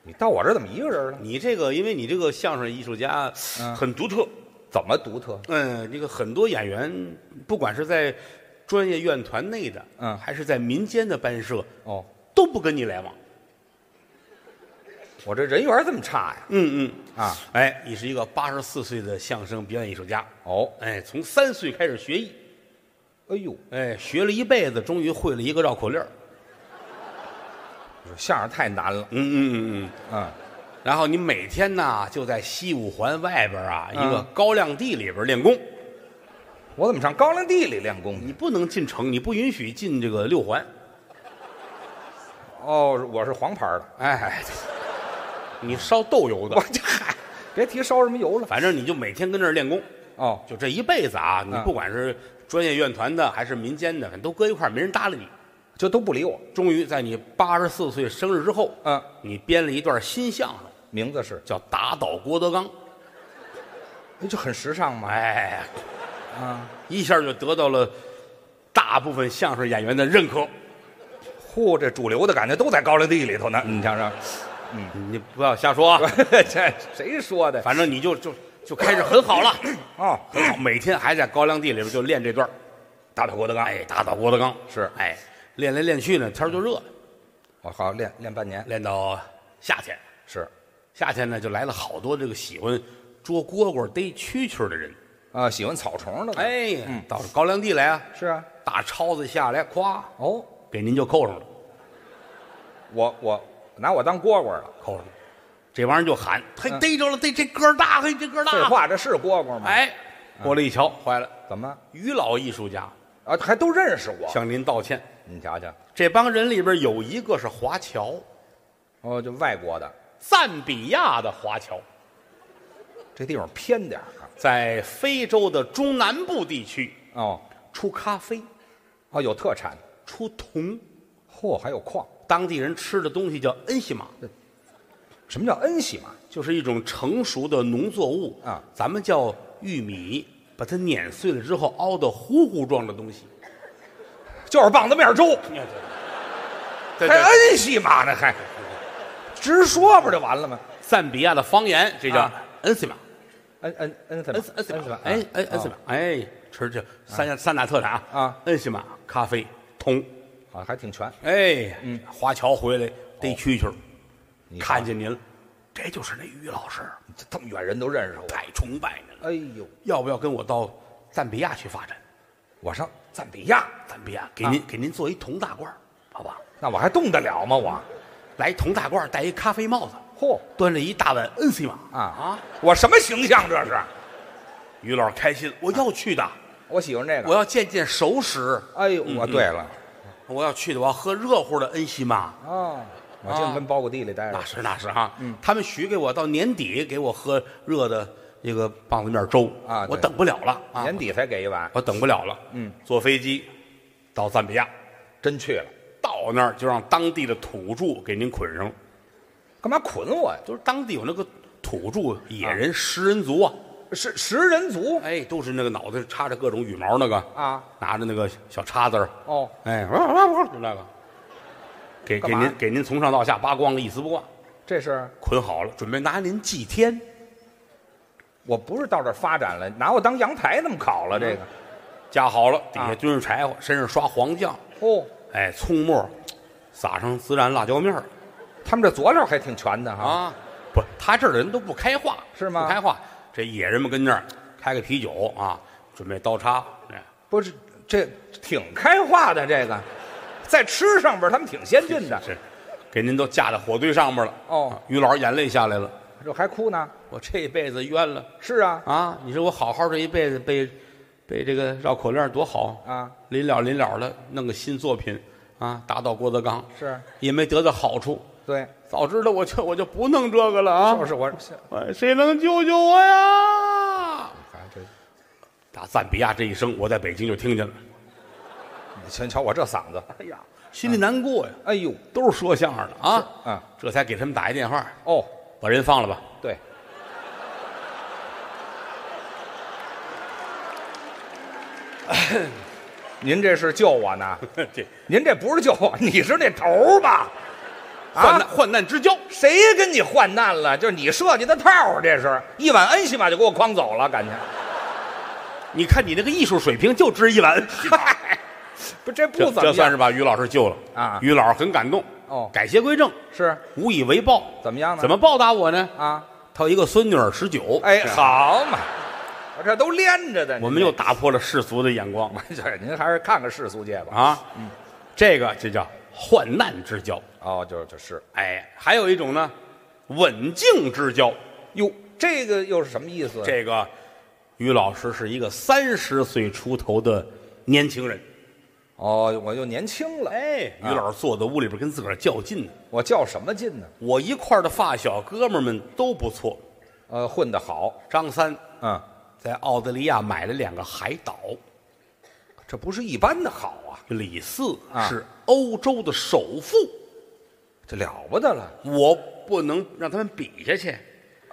Speaker 3: 你到我这儿怎么一个人了？
Speaker 2: 你这个，因为你这个相声艺术家
Speaker 3: 嗯
Speaker 2: 很独特，
Speaker 3: 怎么独特？
Speaker 2: 嗯，这个很多演员，不管是在专业院团内的，
Speaker 3: 嗯
Speaker 2: 还是在民间的班社，
Speaker 3: 哦，
Speaker 2: 都不跟你来往。
Speaker 3: 我这人缘这么差呀？
Speaker 2: 嗯嗯，
Speaker 3: 啊，
Speaker 2: 哎，你是一个八十四岁的相声表演艺术家，
Speaker 3: 哦，
Speaker 2: 哎，从三岁开始学艺，
Speaker 3: 哎呦，
Speaker 2: 哎，学了一辈子，终于会了一个绕口令儿
Speaker 3: 相声太难了，
Speaker 2: 嗯嗯嗯嗯。
Speaker 3: 嗯，
Speaker 2: 然后你每天呢，就在西五环外边啊，
Speaker 3: 嗯
Speaker 2: 一个高粱地里边练功。
Speaker 3: 我怎么上高粱地里练功去？
Speaker 2: 你不能进城，你不允许进这个六环。
Speaker 3: 哦，我是黄牌的，
Speaker 2: 哎，你烧豆油的
Speaker 3: 我，这嗨，别提烧什么油了。
Speaker 2: 反正你就每天跟这儿练功，
Speaker 3: 哦，
Speaker 2: 就这一辈子啊，你
Speaker 3: 嗯
Speaker 2: 不管是专业院团的还是民间的，反正都搁一块儿，没人搭理你。
Speaker 3: 就都不理我。
Speaker 2: 终于在你八十四岁生日之后，
Speaker 3: 嗯，
Speaker 2: 你编了一段新相声，
Speaker 3: 名字是，
Speaker 2: 叫《打倒郭德纲》。
Speaker 3: 哎就很时尚嘛。
Speaker 2: 哎，
Speaker 3: 啊，
Speaker 2: 一下就得到了大部分相声演员的认可。
Speaker 3: 嚯，这主流的感觉都在高粱地里头呢。你瞧瞧，
Speaker 2: 你不要瞎说啊，
Speaker 3: 嗯这谁说的？
Speaker 2: 反正你就就就开始很好了，
Speaker 3: 哦，
Speaker 2: 很好，每天还在高粱地里边就练这段儿打倒郭德纲，哎，打倒郭德纲
Speaker 3: 是
Speaker 2: 哎，练来练去呢，天儿就热了，
Speaker 3: 我好练练半年
Speaker 2: 练到夏天，
Speaker 3: 是
Speaker 2: 夏天呢就来了好多这个喜欢捉蝈蝈、逮蛐蛐儿的人，
Speaker 3: 啊，喜欢草虫的。，
Speaker 2: 哎，到高粱地来啊，
Speaker 3: 是啊，
Speaker 2: 大抄子下来，咵，
Speaker 3: 哦，
Speaker 2: 给您就扣上了，
Speaker 3: 我我拿我当蝈蝈了。
Speaker 2: 扣上了，这玩意儿就喊，嘿，
Speaker 3: 嗯
Speaker 2: 逮着了，逮这哥大，嘿，这哥大，
Speaker 3: 废话，这是蝈蝈吗？，
Speaker 2: 哎，过来一瞧，坏了，
Speaker 3: 怎么
Speaker 2: 于老艺术家
Speaker 3: 啊？还都认识我？
Speaker 2: 向您道歉。
Speaker 3: 你瞧瞧，
Speaker 2: 这帮人里边有一个是华侨，
Speaker 3: 哦，就外国的，
Speaker 2: 赞比亚的华侨，
Speaker 3: 这地方偏点儿啊。
Speaker 2: 在非洲的中南部地区
Speaker 3: 哦
Speaker 2: 出咖啡、
Speaker 3: 哦，有特产，
Speaker 2: 出铜，
Speaker 3: 嚯，还有矿。
Speaker 2: 当地人吃的东西叫恩西玛，
Speaker 3: 什么叫恩喜嘛？
Speaker 2: 就是一种成熟的农作物
Speaker 3: 啊
Speaker 2: 咱们叫玉米，把它碾碎了之后熬的糊糊状的东西。
Speaker 3: 就是棒子面粥，
Speaker 2: 哎对
Speaker 3: 还
Speaker 2: 对，
Speaker 3: 恩喜嘛呢？还直说不就完了吗？
Speaker 2: 赞比亚的方言，这叫
Speaker 3: 啊
Speaker 2: 恩西玛，
Speaker 3: 恩恩恩啊怎么
Speaker 2: 恩西恩西玛
Speaker 3: 吧，？
Speaker 2: 哎哎恩西玛，哎，吃这三样三大特产
Speaker 3: 啊
Speaker 2: 恩西玛咖啡铜。
Speaker 3: 啊，还挺全。
Speaker 2: 哎，华侨回来逮蛐蛐儿，看见您了，这就是那于老师，
Speaker 3: 这这么远人都认识我，
Speaker 2: 太崇拜您了。
Speaker 3: 哎呦，
Speaker 2: 要不要跟我到赞比亚去发展？
Speaker 3: 我上赞比亚，
Speaker 2: 赞比亚给您、给您做一铜大褂儿，好吧？
Speaker 3: 那我还动得了吗？我
Speaker 2: 来一铜大褂儿，戴一咖啡帽子，
Speaker 3: 嚯
Speaker 2: 端着一大碗恩西玛
Speaker 3: 啊
Speaker 2: 啊！
Speaker 3: 我什么形象这是？
Speaker 2: 于老师开心了，我要去的，
Speaker 3: 我喜欢这
Speaker 2: 啊我
Speaker 3: 个。
Speaker 2: 要见见熟食，
Speaker 3: 哎呦，我对了
Speaker 2: 我要去的，我要喝热乎的恩西玛。
Speaker 3: 啊，我净跟包谷地里待着
Speaker 2: 那。是那是哈，他们许给我到年底给我喝热的这个棒子面粥
Speaker 3: 啊对
Speaker 2: 我等不了了啊！
Speaker 3: 年底才给一碗，
Speaker 2: 我等不了了，
Speaker 3: 嗯，
Speaker 2: 坐飞机到赞比亚，
Speaker 3: 真去了，
Speaker 2: 到那儿就让当地的土著给您捆上，
Speaker 3: 干嘛捆我呀？
Speaker 2: 就是当地有那个土著野人、食人族啊，
Speaker 3: 是食人族
Speaker 2: 哎，都是那个脑袋插着各种羽毛那个，
Speaker 3: 啊？
Speaker 2: 拿着那个小叉子儿，
Speaker 3: 哦，
Speaker 2: 哎，哇哇哇就那个，给给
Speaker 3: 干嘛
Speaker 2: 您给您从上到下扒光了，一丝不挂，
Speaker 3: 这是
Speaker 2: 捆好了，准备拿您祭天。
Speaker 3: 我不是到这儿发展了，拿我当羊排那么烤了？这个
Speaker 2: 架好了，底下
Speaker 3: 啊
Speaker 2: 蹲着柴火，身上刷黄酱，
Speaker 3: 哦，
Speaker 2: 哎，葱末，撒上孜然辣椒面儿
Speaker 3: 他们这佐料还挺全的哈。
Speaker 2: 啊，不，他这儿的人都不开化，
Speaker 3: 是吗
Speaker 2: 不开化，这野人们跟那儿开个啤酒啊，准备刀叉，哎
Speaker 3: 不是，这挺开化的这个，在吃上边儿他们挺先进的，
Speaker 2: 是，给您都架在火堆上面了。
Speaker 3: 哦
Speaker 2: 啊于老师眼泪下来了，
Speaker 3: 这还哭呢？
Speaker 2: 我这辈子冤了
Speaker 3: 是啊，
Speaker 2: 啊！你说我好好这一辈子被被这个绕口令多好
Speaker 3: 啊，
Speaker 2: 临了临了的弄个新作品啊，打倒郭德纲
Speaker 3: 是，
Speaker 2: 也没得到好处。
Speaker 3: 对，
Speaker 2: 早知道我就我就不弄这个了啊！
Speaker 3: 就是我，是
Speaker 2: 哎谁能救救我呀？
Speaker 3: 啊这
Speaker 2: 打赞比亚这一声，我在北京就听见了，
Speaker 3: 你瞧瞧我这嗓子，
Speaker 2: 哎呀，心里难过呀。
Speaker 3: 哎呦，
Speaker 2: 都是说相声的啊，
Speaker 3: 嗯，
Speaker 2: 这才给他们打一电话，
Speaker 3: 哦，
Speaker 2: 把人放了吧。
Speaker 3: 对， 您这是救我呢？
Speaker 2: 这
Speaker 3: 您这不是救我，你是那头儿吧？
Speaker 2: 患
Speaker 3: 啊
Speaker 2: 难，患难之交，
Speaker 3: 谁跟你患难了？就是你设计的套儿，这是一碗恩西玛就给我诓走了，感觉。
Speaker 2: 你看你那个艺术水平就值一碗，
Speaker 3: 嗨，不，这
Speaker 2: 这
Speaker 3: 不怎么
Speaker 2: 这
Speaker 3: 样，
Speaker 2: 算是把于老师救了
Speaker 3: 啊
Speaker 2: 于老师很感动，
Speaker 3: 哦
Speaker 2: 改邪归正，
Speaker 3: 是
Speaker 2: 无以为报，
Speaker 3: 怎么样呢？
Speaker 2: 怎么报答我呢？
Speaker 3: 啊？
Speaker 2: 他有一个孙女儿十九，
Speaker 3: 哎，
Speaker 2: 是吧，
Speaker 3: 好嘛，我这都连着的。
Speaker 2: 我们又打破了世俗的眼 光
Speaker 3: 这您还是看看世俗界吧。
Speaker 2: 啊，这个这叫患难之交，
Speaker 3: 哦，就就是，
Speaker 2: 哎，还有一种呢，稳静之交，
Speaker 3: 哟，这个又是什么意思？啊
Speaker 2: 这个于老师是一个三十岁出头的年轻人，
Speaker 3: 哦，我又年轻了，
Speaker 2: 哎，于
Speaker 3: 啊
Speaker 2: 老师坐在屋里边跟自个儿较劲呢。
Speaker 3: 我较什么劲呢？
Speaker 2: 我一块儿的发小哥们儿们都不错，
Speaker 3: 呃，混得好，
Speaker 2: 张三
Speaker 3: 嗯，
Speaker 2: 在澳大利亚买了两个海岛，
Speaker 3: 这不是一般的好啊，
Speaker 2: 李四
Speaker 3: 啊
Speaker 2: 是欧洲的首富，
Speaker 3: 这了不得了。
Speaker 2: 我不能让他们比下去，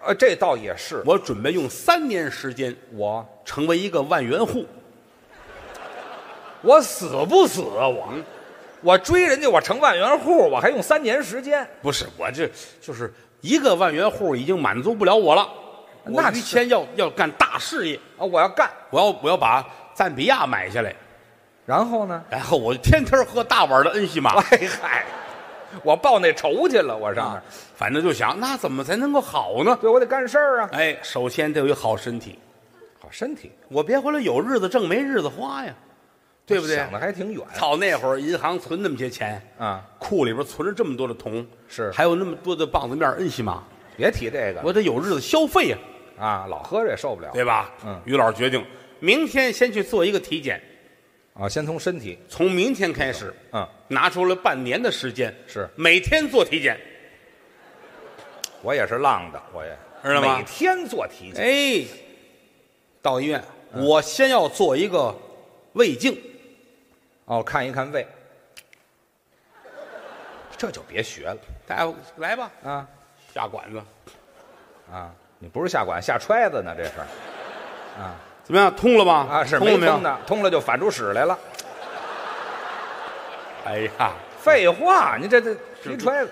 Speaker 3: 呃，这倒也是，
Speaker 2: 我准备用三年时间
Speaker 3: 我
Speaker 2: 成为一个万元户。
Speaker 3: 我死不死啊？我我追人家，我成万元户，我还用三年时间，
Speaker 2: 不是我这就是一个万元户已经满足不了我了，
Speaker 3: 那
Speaker 2: 我于
Speaker 3: 是
Speaker 2: 谦要要干大事业。
Speaker 3: 啊，我要干。
Speaker 2: 我要我要把赞比亚买下来，
Speaker 3: 然后呢？
Speaker 2: 然后我天天喝大碗的恩西玛，
Speaker 3: 哎嗨，我报那仇去了，我上那
Speaker 2: 啊
Speaker 3: 儿，
Speaker 2: 反正就想那怎么才能够好呢？
Speaker 3: 对我得干事儿啊，
Speaker 2: 哎，首先得有一好身体，
Speaker 3: 好身体，
Speaker 2: 我别回来有日子挣没日子花呀，对不对
Speaker 3: 想？的还挺远
Speaker 2: 操，那会儿银行存那么些钱，
Speaker 3: 啊，
Speaker 2: 库里边存着这么多的铜，
Speaker 3: 是
Speaker 2: 还有那么多的棒子面恩西玛，
Speaker 3: 别提这个
Speaker 2: 我得有日子消费呀，
Speaker 3: 啊，老喝这受不了
Speaker 2: 对吧？
Speaker 3: 嗯
Speaker 2: 于老师决定明天先去做一个体检，
Speaker 3: 啊，先从身体，
Speaker 2: 从明天开始，
Speaker 3: 嗯，
Speaker 2: 拿出了半年的时间，
Speaker 3: 是
Speaker 2: 每天做体检。
Speaker 3: 我也是浪的，我也
Speaker 2: 知道吗
Speaker 3: 每天做体检，
Speaker 2: 哎，到医院，我先要做一个胃镜，
Speaker 3: 哦，看一看胃，这就别学了
Speaker 2: 大夫来吧，
Speaker 3: 啊
Speaker 2: 下管子
Speaker 3: 啊，你不是下管下揣子呢，这是
Speaker 2: 怎么样？通了吧？
Speaker 3: 啊，是
Speaker 2: 通了
Speaker 3: 没
Speaker 2: 没有
Speaker 3: 通？的，通了就反出屎来了，
Speaker 2: 哎呀，
Speaker 3: 废话，你这这
Speaker 2: 是
Speaker 3: 皮揣子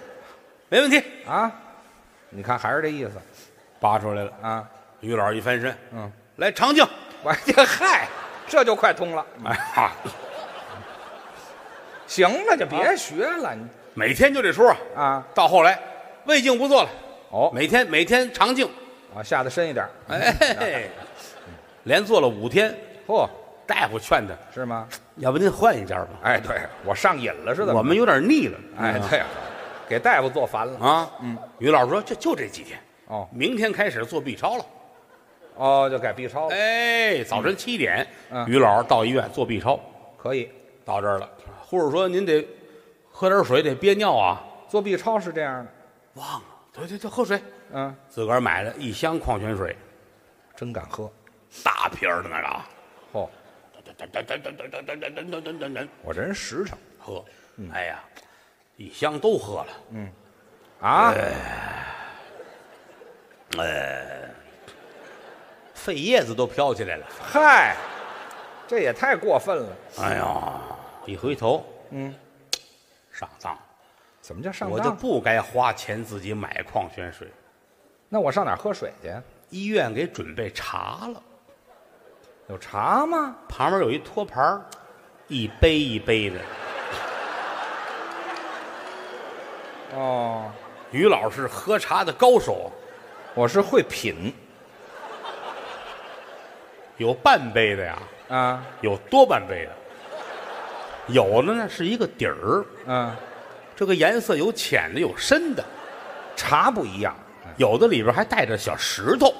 Speaker 2: 没问题，
Speaker 3: 啊，你看还是这意思
Speaker 2: 拔出来了。
Speaker 3: 啊，
Speaker 2: 于老师一翻身，
Speaker 3: 嗯。
Speaker 2: 来肠镜。
Speaker 3: 我这嗨，这就快通了。
Speaker 2: 哎呀，
Speaker 3: 行了，就
Speaker 2: 啊
Speaker 3: 别学了，你
Speaker 2: 每天就这出啊。
Speaker 3: 啊，
Speaker 2: 到后来，胃镜不做了，
Speaker 3: 哦，
Speaker 2: 每天每天肠 镜，
Speaker 3: 啊，下得深一点，
Speaker 2: 哎，连做了五天。
Speaker 3: 嚯，
Speaker 2: 大夫劝他，
Speaker 3: 是吗？
Speaker 2: 要不您换一家吧，
Speaker 3: 哎，对我上瘾了似的，
Speaker 2: 我们有点腻了。嗯
Speaker 3: 哎，对，给大夫做烦了。
Speaker 2: 啊，嗯，于老师说就就这几天，
Speaker 3: 哦
Speaker 2: 明天开始做 B 超了。
Speaker 3: 哦，就改 B 超了，
Speaker 2: 哎，早晨七点，
Speaker 3: 嗯
Speaker 2: 于老师到医院做 B 超，
Speaker 3: 可以
Speaker 2: 到这儿了。护士说：“您得喝点水，得憋尿啊。
Speaker 3: 做 B 超是这样的，”
Speaker 2: 忘了，对对对，喝水。
Speaker 3: 嗯，
Speaker 2: 自个儿买了一箱矿泉水，
Speaker 3: 真敢喝，
Speaker 2: 大瓶儿的那个啊，
Speaker 3: 嚯，
Speaker 2: 噔噔噔噔噔噔噔噔噔噔噔噔
Speaker 3: 我这人实诚
Speaker 2: 啊喝。
Speaker 3: 嗯
Speaker 2: 哎呀，一箱都喝了。
Speaker 3: 啊，
Speaker 2: 肺叶子都飘起来了。
Speaker 3: 嗨，这也太过分了，
Speaker 2: 哎呀，一回头，
Speaker 3: 嗯，
Speaker 2: 上当，
Speaker 3: 怎么叫上
Speaker 2: 我就
Speaker 3: 当？
Speaker 2: 不该花钱自己买矿泉水。
Speaker 3: 那我上哪儿喝水去？
Speaker 2: 医院给准备茶了，
Speaker 3: 有茶吗？
Speaker 2: 旁边有一托盘儿一杯一杯的。
Speaker 3: 哦，
Speaker 2: 于老师喝茶的高手，
Speaker 3: 我是会品
Speaker 2: 有半杯的呀，
Speaker 3: 啊，
Speaker 2: 有多半杯的。有的呢是一个底儿，
Speaker 3: 嗯，
Speaker 2: 这个颜色有浅的，有深的，
Speaker 3: 茶不一样，
Speaker 2: 有的里边还带着小石头。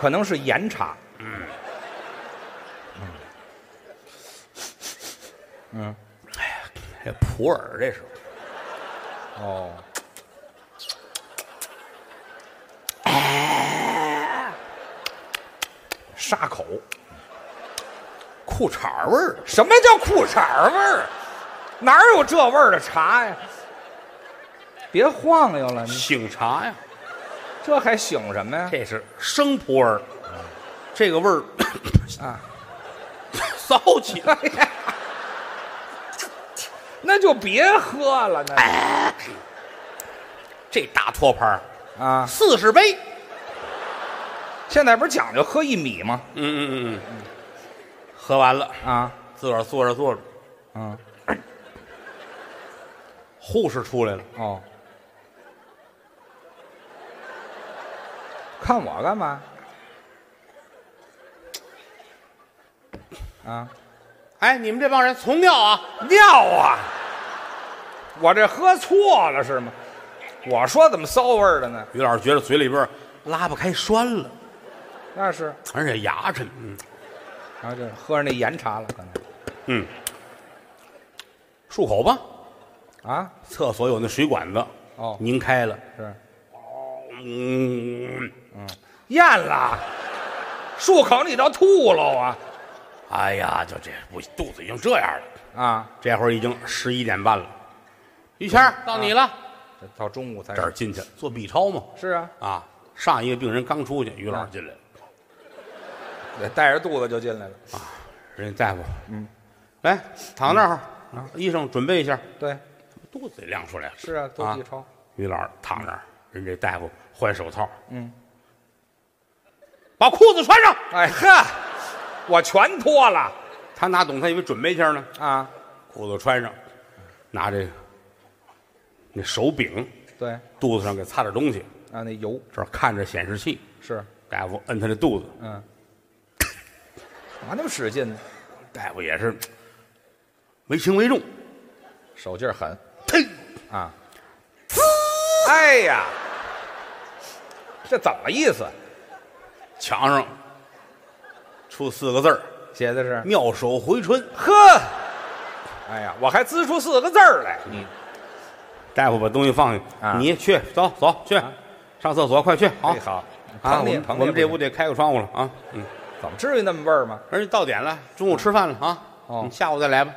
Speaker 3: 可能是岩茶。
Speaker 2: 这哎普洱这是
Speaker 3: 哦，沙口，
Speaker 2: 裤衩味儿的，
Speaker 3: 什么叫裤衩味儿？哪有这味儿的茶呀？别晃悠了，你
Speaker 2: 醒茶呀，
Speaker 3: 这还醒什么呀？
Speaker 2: 这是生普洱，这个味儿
Speaker 3: 啊，
Speaker 2: 骚气。
Speaker 3: 那就别喝了，那
Speaker 2: 哎
Speaker 3: 就
Speaker 2: 这大托盘
Speaker 3: 啊，
Speaker 2: 四十杯，
Speaker 3: 现在不是讲究喝一米吗？
Speaker 2: 嗯嗯嗯嗯，喝完了，
Speaker 3: 啊，
Speaker 2: 自个儿坐着坐着，
Speaker 3: 嗯，
Speaker 2: 护士出来了，
Speaker 3: 哦，看我干嘛？啊，
Speaker 2: 哎，你们这帮人从尿啊，
Speaker 3: 尿啊！我这喝错了是吗？我说怎么骚味儿的呢？
Speaker 2: 于老师觉得嘴里边拉不开栓了，
Speaker 3: 那是，
Speaker 2: 而且牙碜，嗯
Speaker 3: 然后就是喝上那盐茶了，可能
Speaker 2: 嗯，漱口吧，
Speaker 3: 啊，
Speaker 2: 厕所有那水管子，
Speaker 3: 哦
Speaker 2: 拧开了，
Speaker 3: 是
Speaker 2: 嗯，
Speaker 3: 咽了，漱口你倒吐喽啊
Speaker 2: 哎呀，就这我肚子已经这样了，
Speaker 3: 啊！
Speaker 2: 这会儿已经十一点半了，于谦儿到你了，
Speaker 3: 这到中午才
Speaker 2: 这儿进去做 B 超嘛，嗯
Speaker 3: 是啊，
Speaker 2: 啊，上一个病人刚出去，于老师进来了。
Speaker 3: 得带着肚子就进来了。
Speaker 2: 人家大夫，嗯，来躺那儿，啊医生准备一下，
Speaker 3: 对，
Speaker 2: 肚子也亮出来了。
Speaker 3: 是啊，做 B 超，
Speaker 2: 于老师躺那儿，人这大夫换手套，
Speaker 3: 嗯，
Speaker 2: 把裤子穿上。
Speaker 3: 哎呵，我全脱了
Speaker 2: 他哪懂？他以为准备一下呢，
Speaker 3: 啊！
Speaker 2: 裤子穿上，拿这个那手柄，
Speaker 3: 对，
Speaker 2: 肚子上给擦点东西，
Speaker 3: 啊，那油
Speaker 2: 这儿看着显示器，
Speaker 3: 是，
Speaker 2: 大夫摁他这肚子，
Speaker 3: 嗯，干嘛那么使劲呢？
Speaker 2: 大夫也是没轻没重，
Speaker 3: 手劲儿狠
Speaker 2: 呸，
Speaker 3: 啊！哎呀，这怎么意思？
Speaker 2: 墙上出四个字儿
Speaker 3: 写的是
Speaker 2: “妙手回春
Speaker 3: 呵，哎呀，我还滋出四个字儿来，你”。
Speaker 2: 大夫把东西放
Speaker 3: 啊
Speaker 2: 下，你去走走去，上厕所快去，好
Speaker 3: 哎好，
Speaker 2: 啊，
Speaker 3: 疼
Speaker 2: 我
Speaker 3: 你
Speaker 2: 们
Speaker 3: 疼你
Speaker 2: 我们这
Speaker 3: 不
Speaker 2: 屋得开个窗户了啊，嗯，
Speaker 3: 行怎么至于那么味儿吗？
Speaker 2: 而且到点了，中午吃饭了啊，
Speaker 3: 哦
Speaker 2: 你下午再来吧。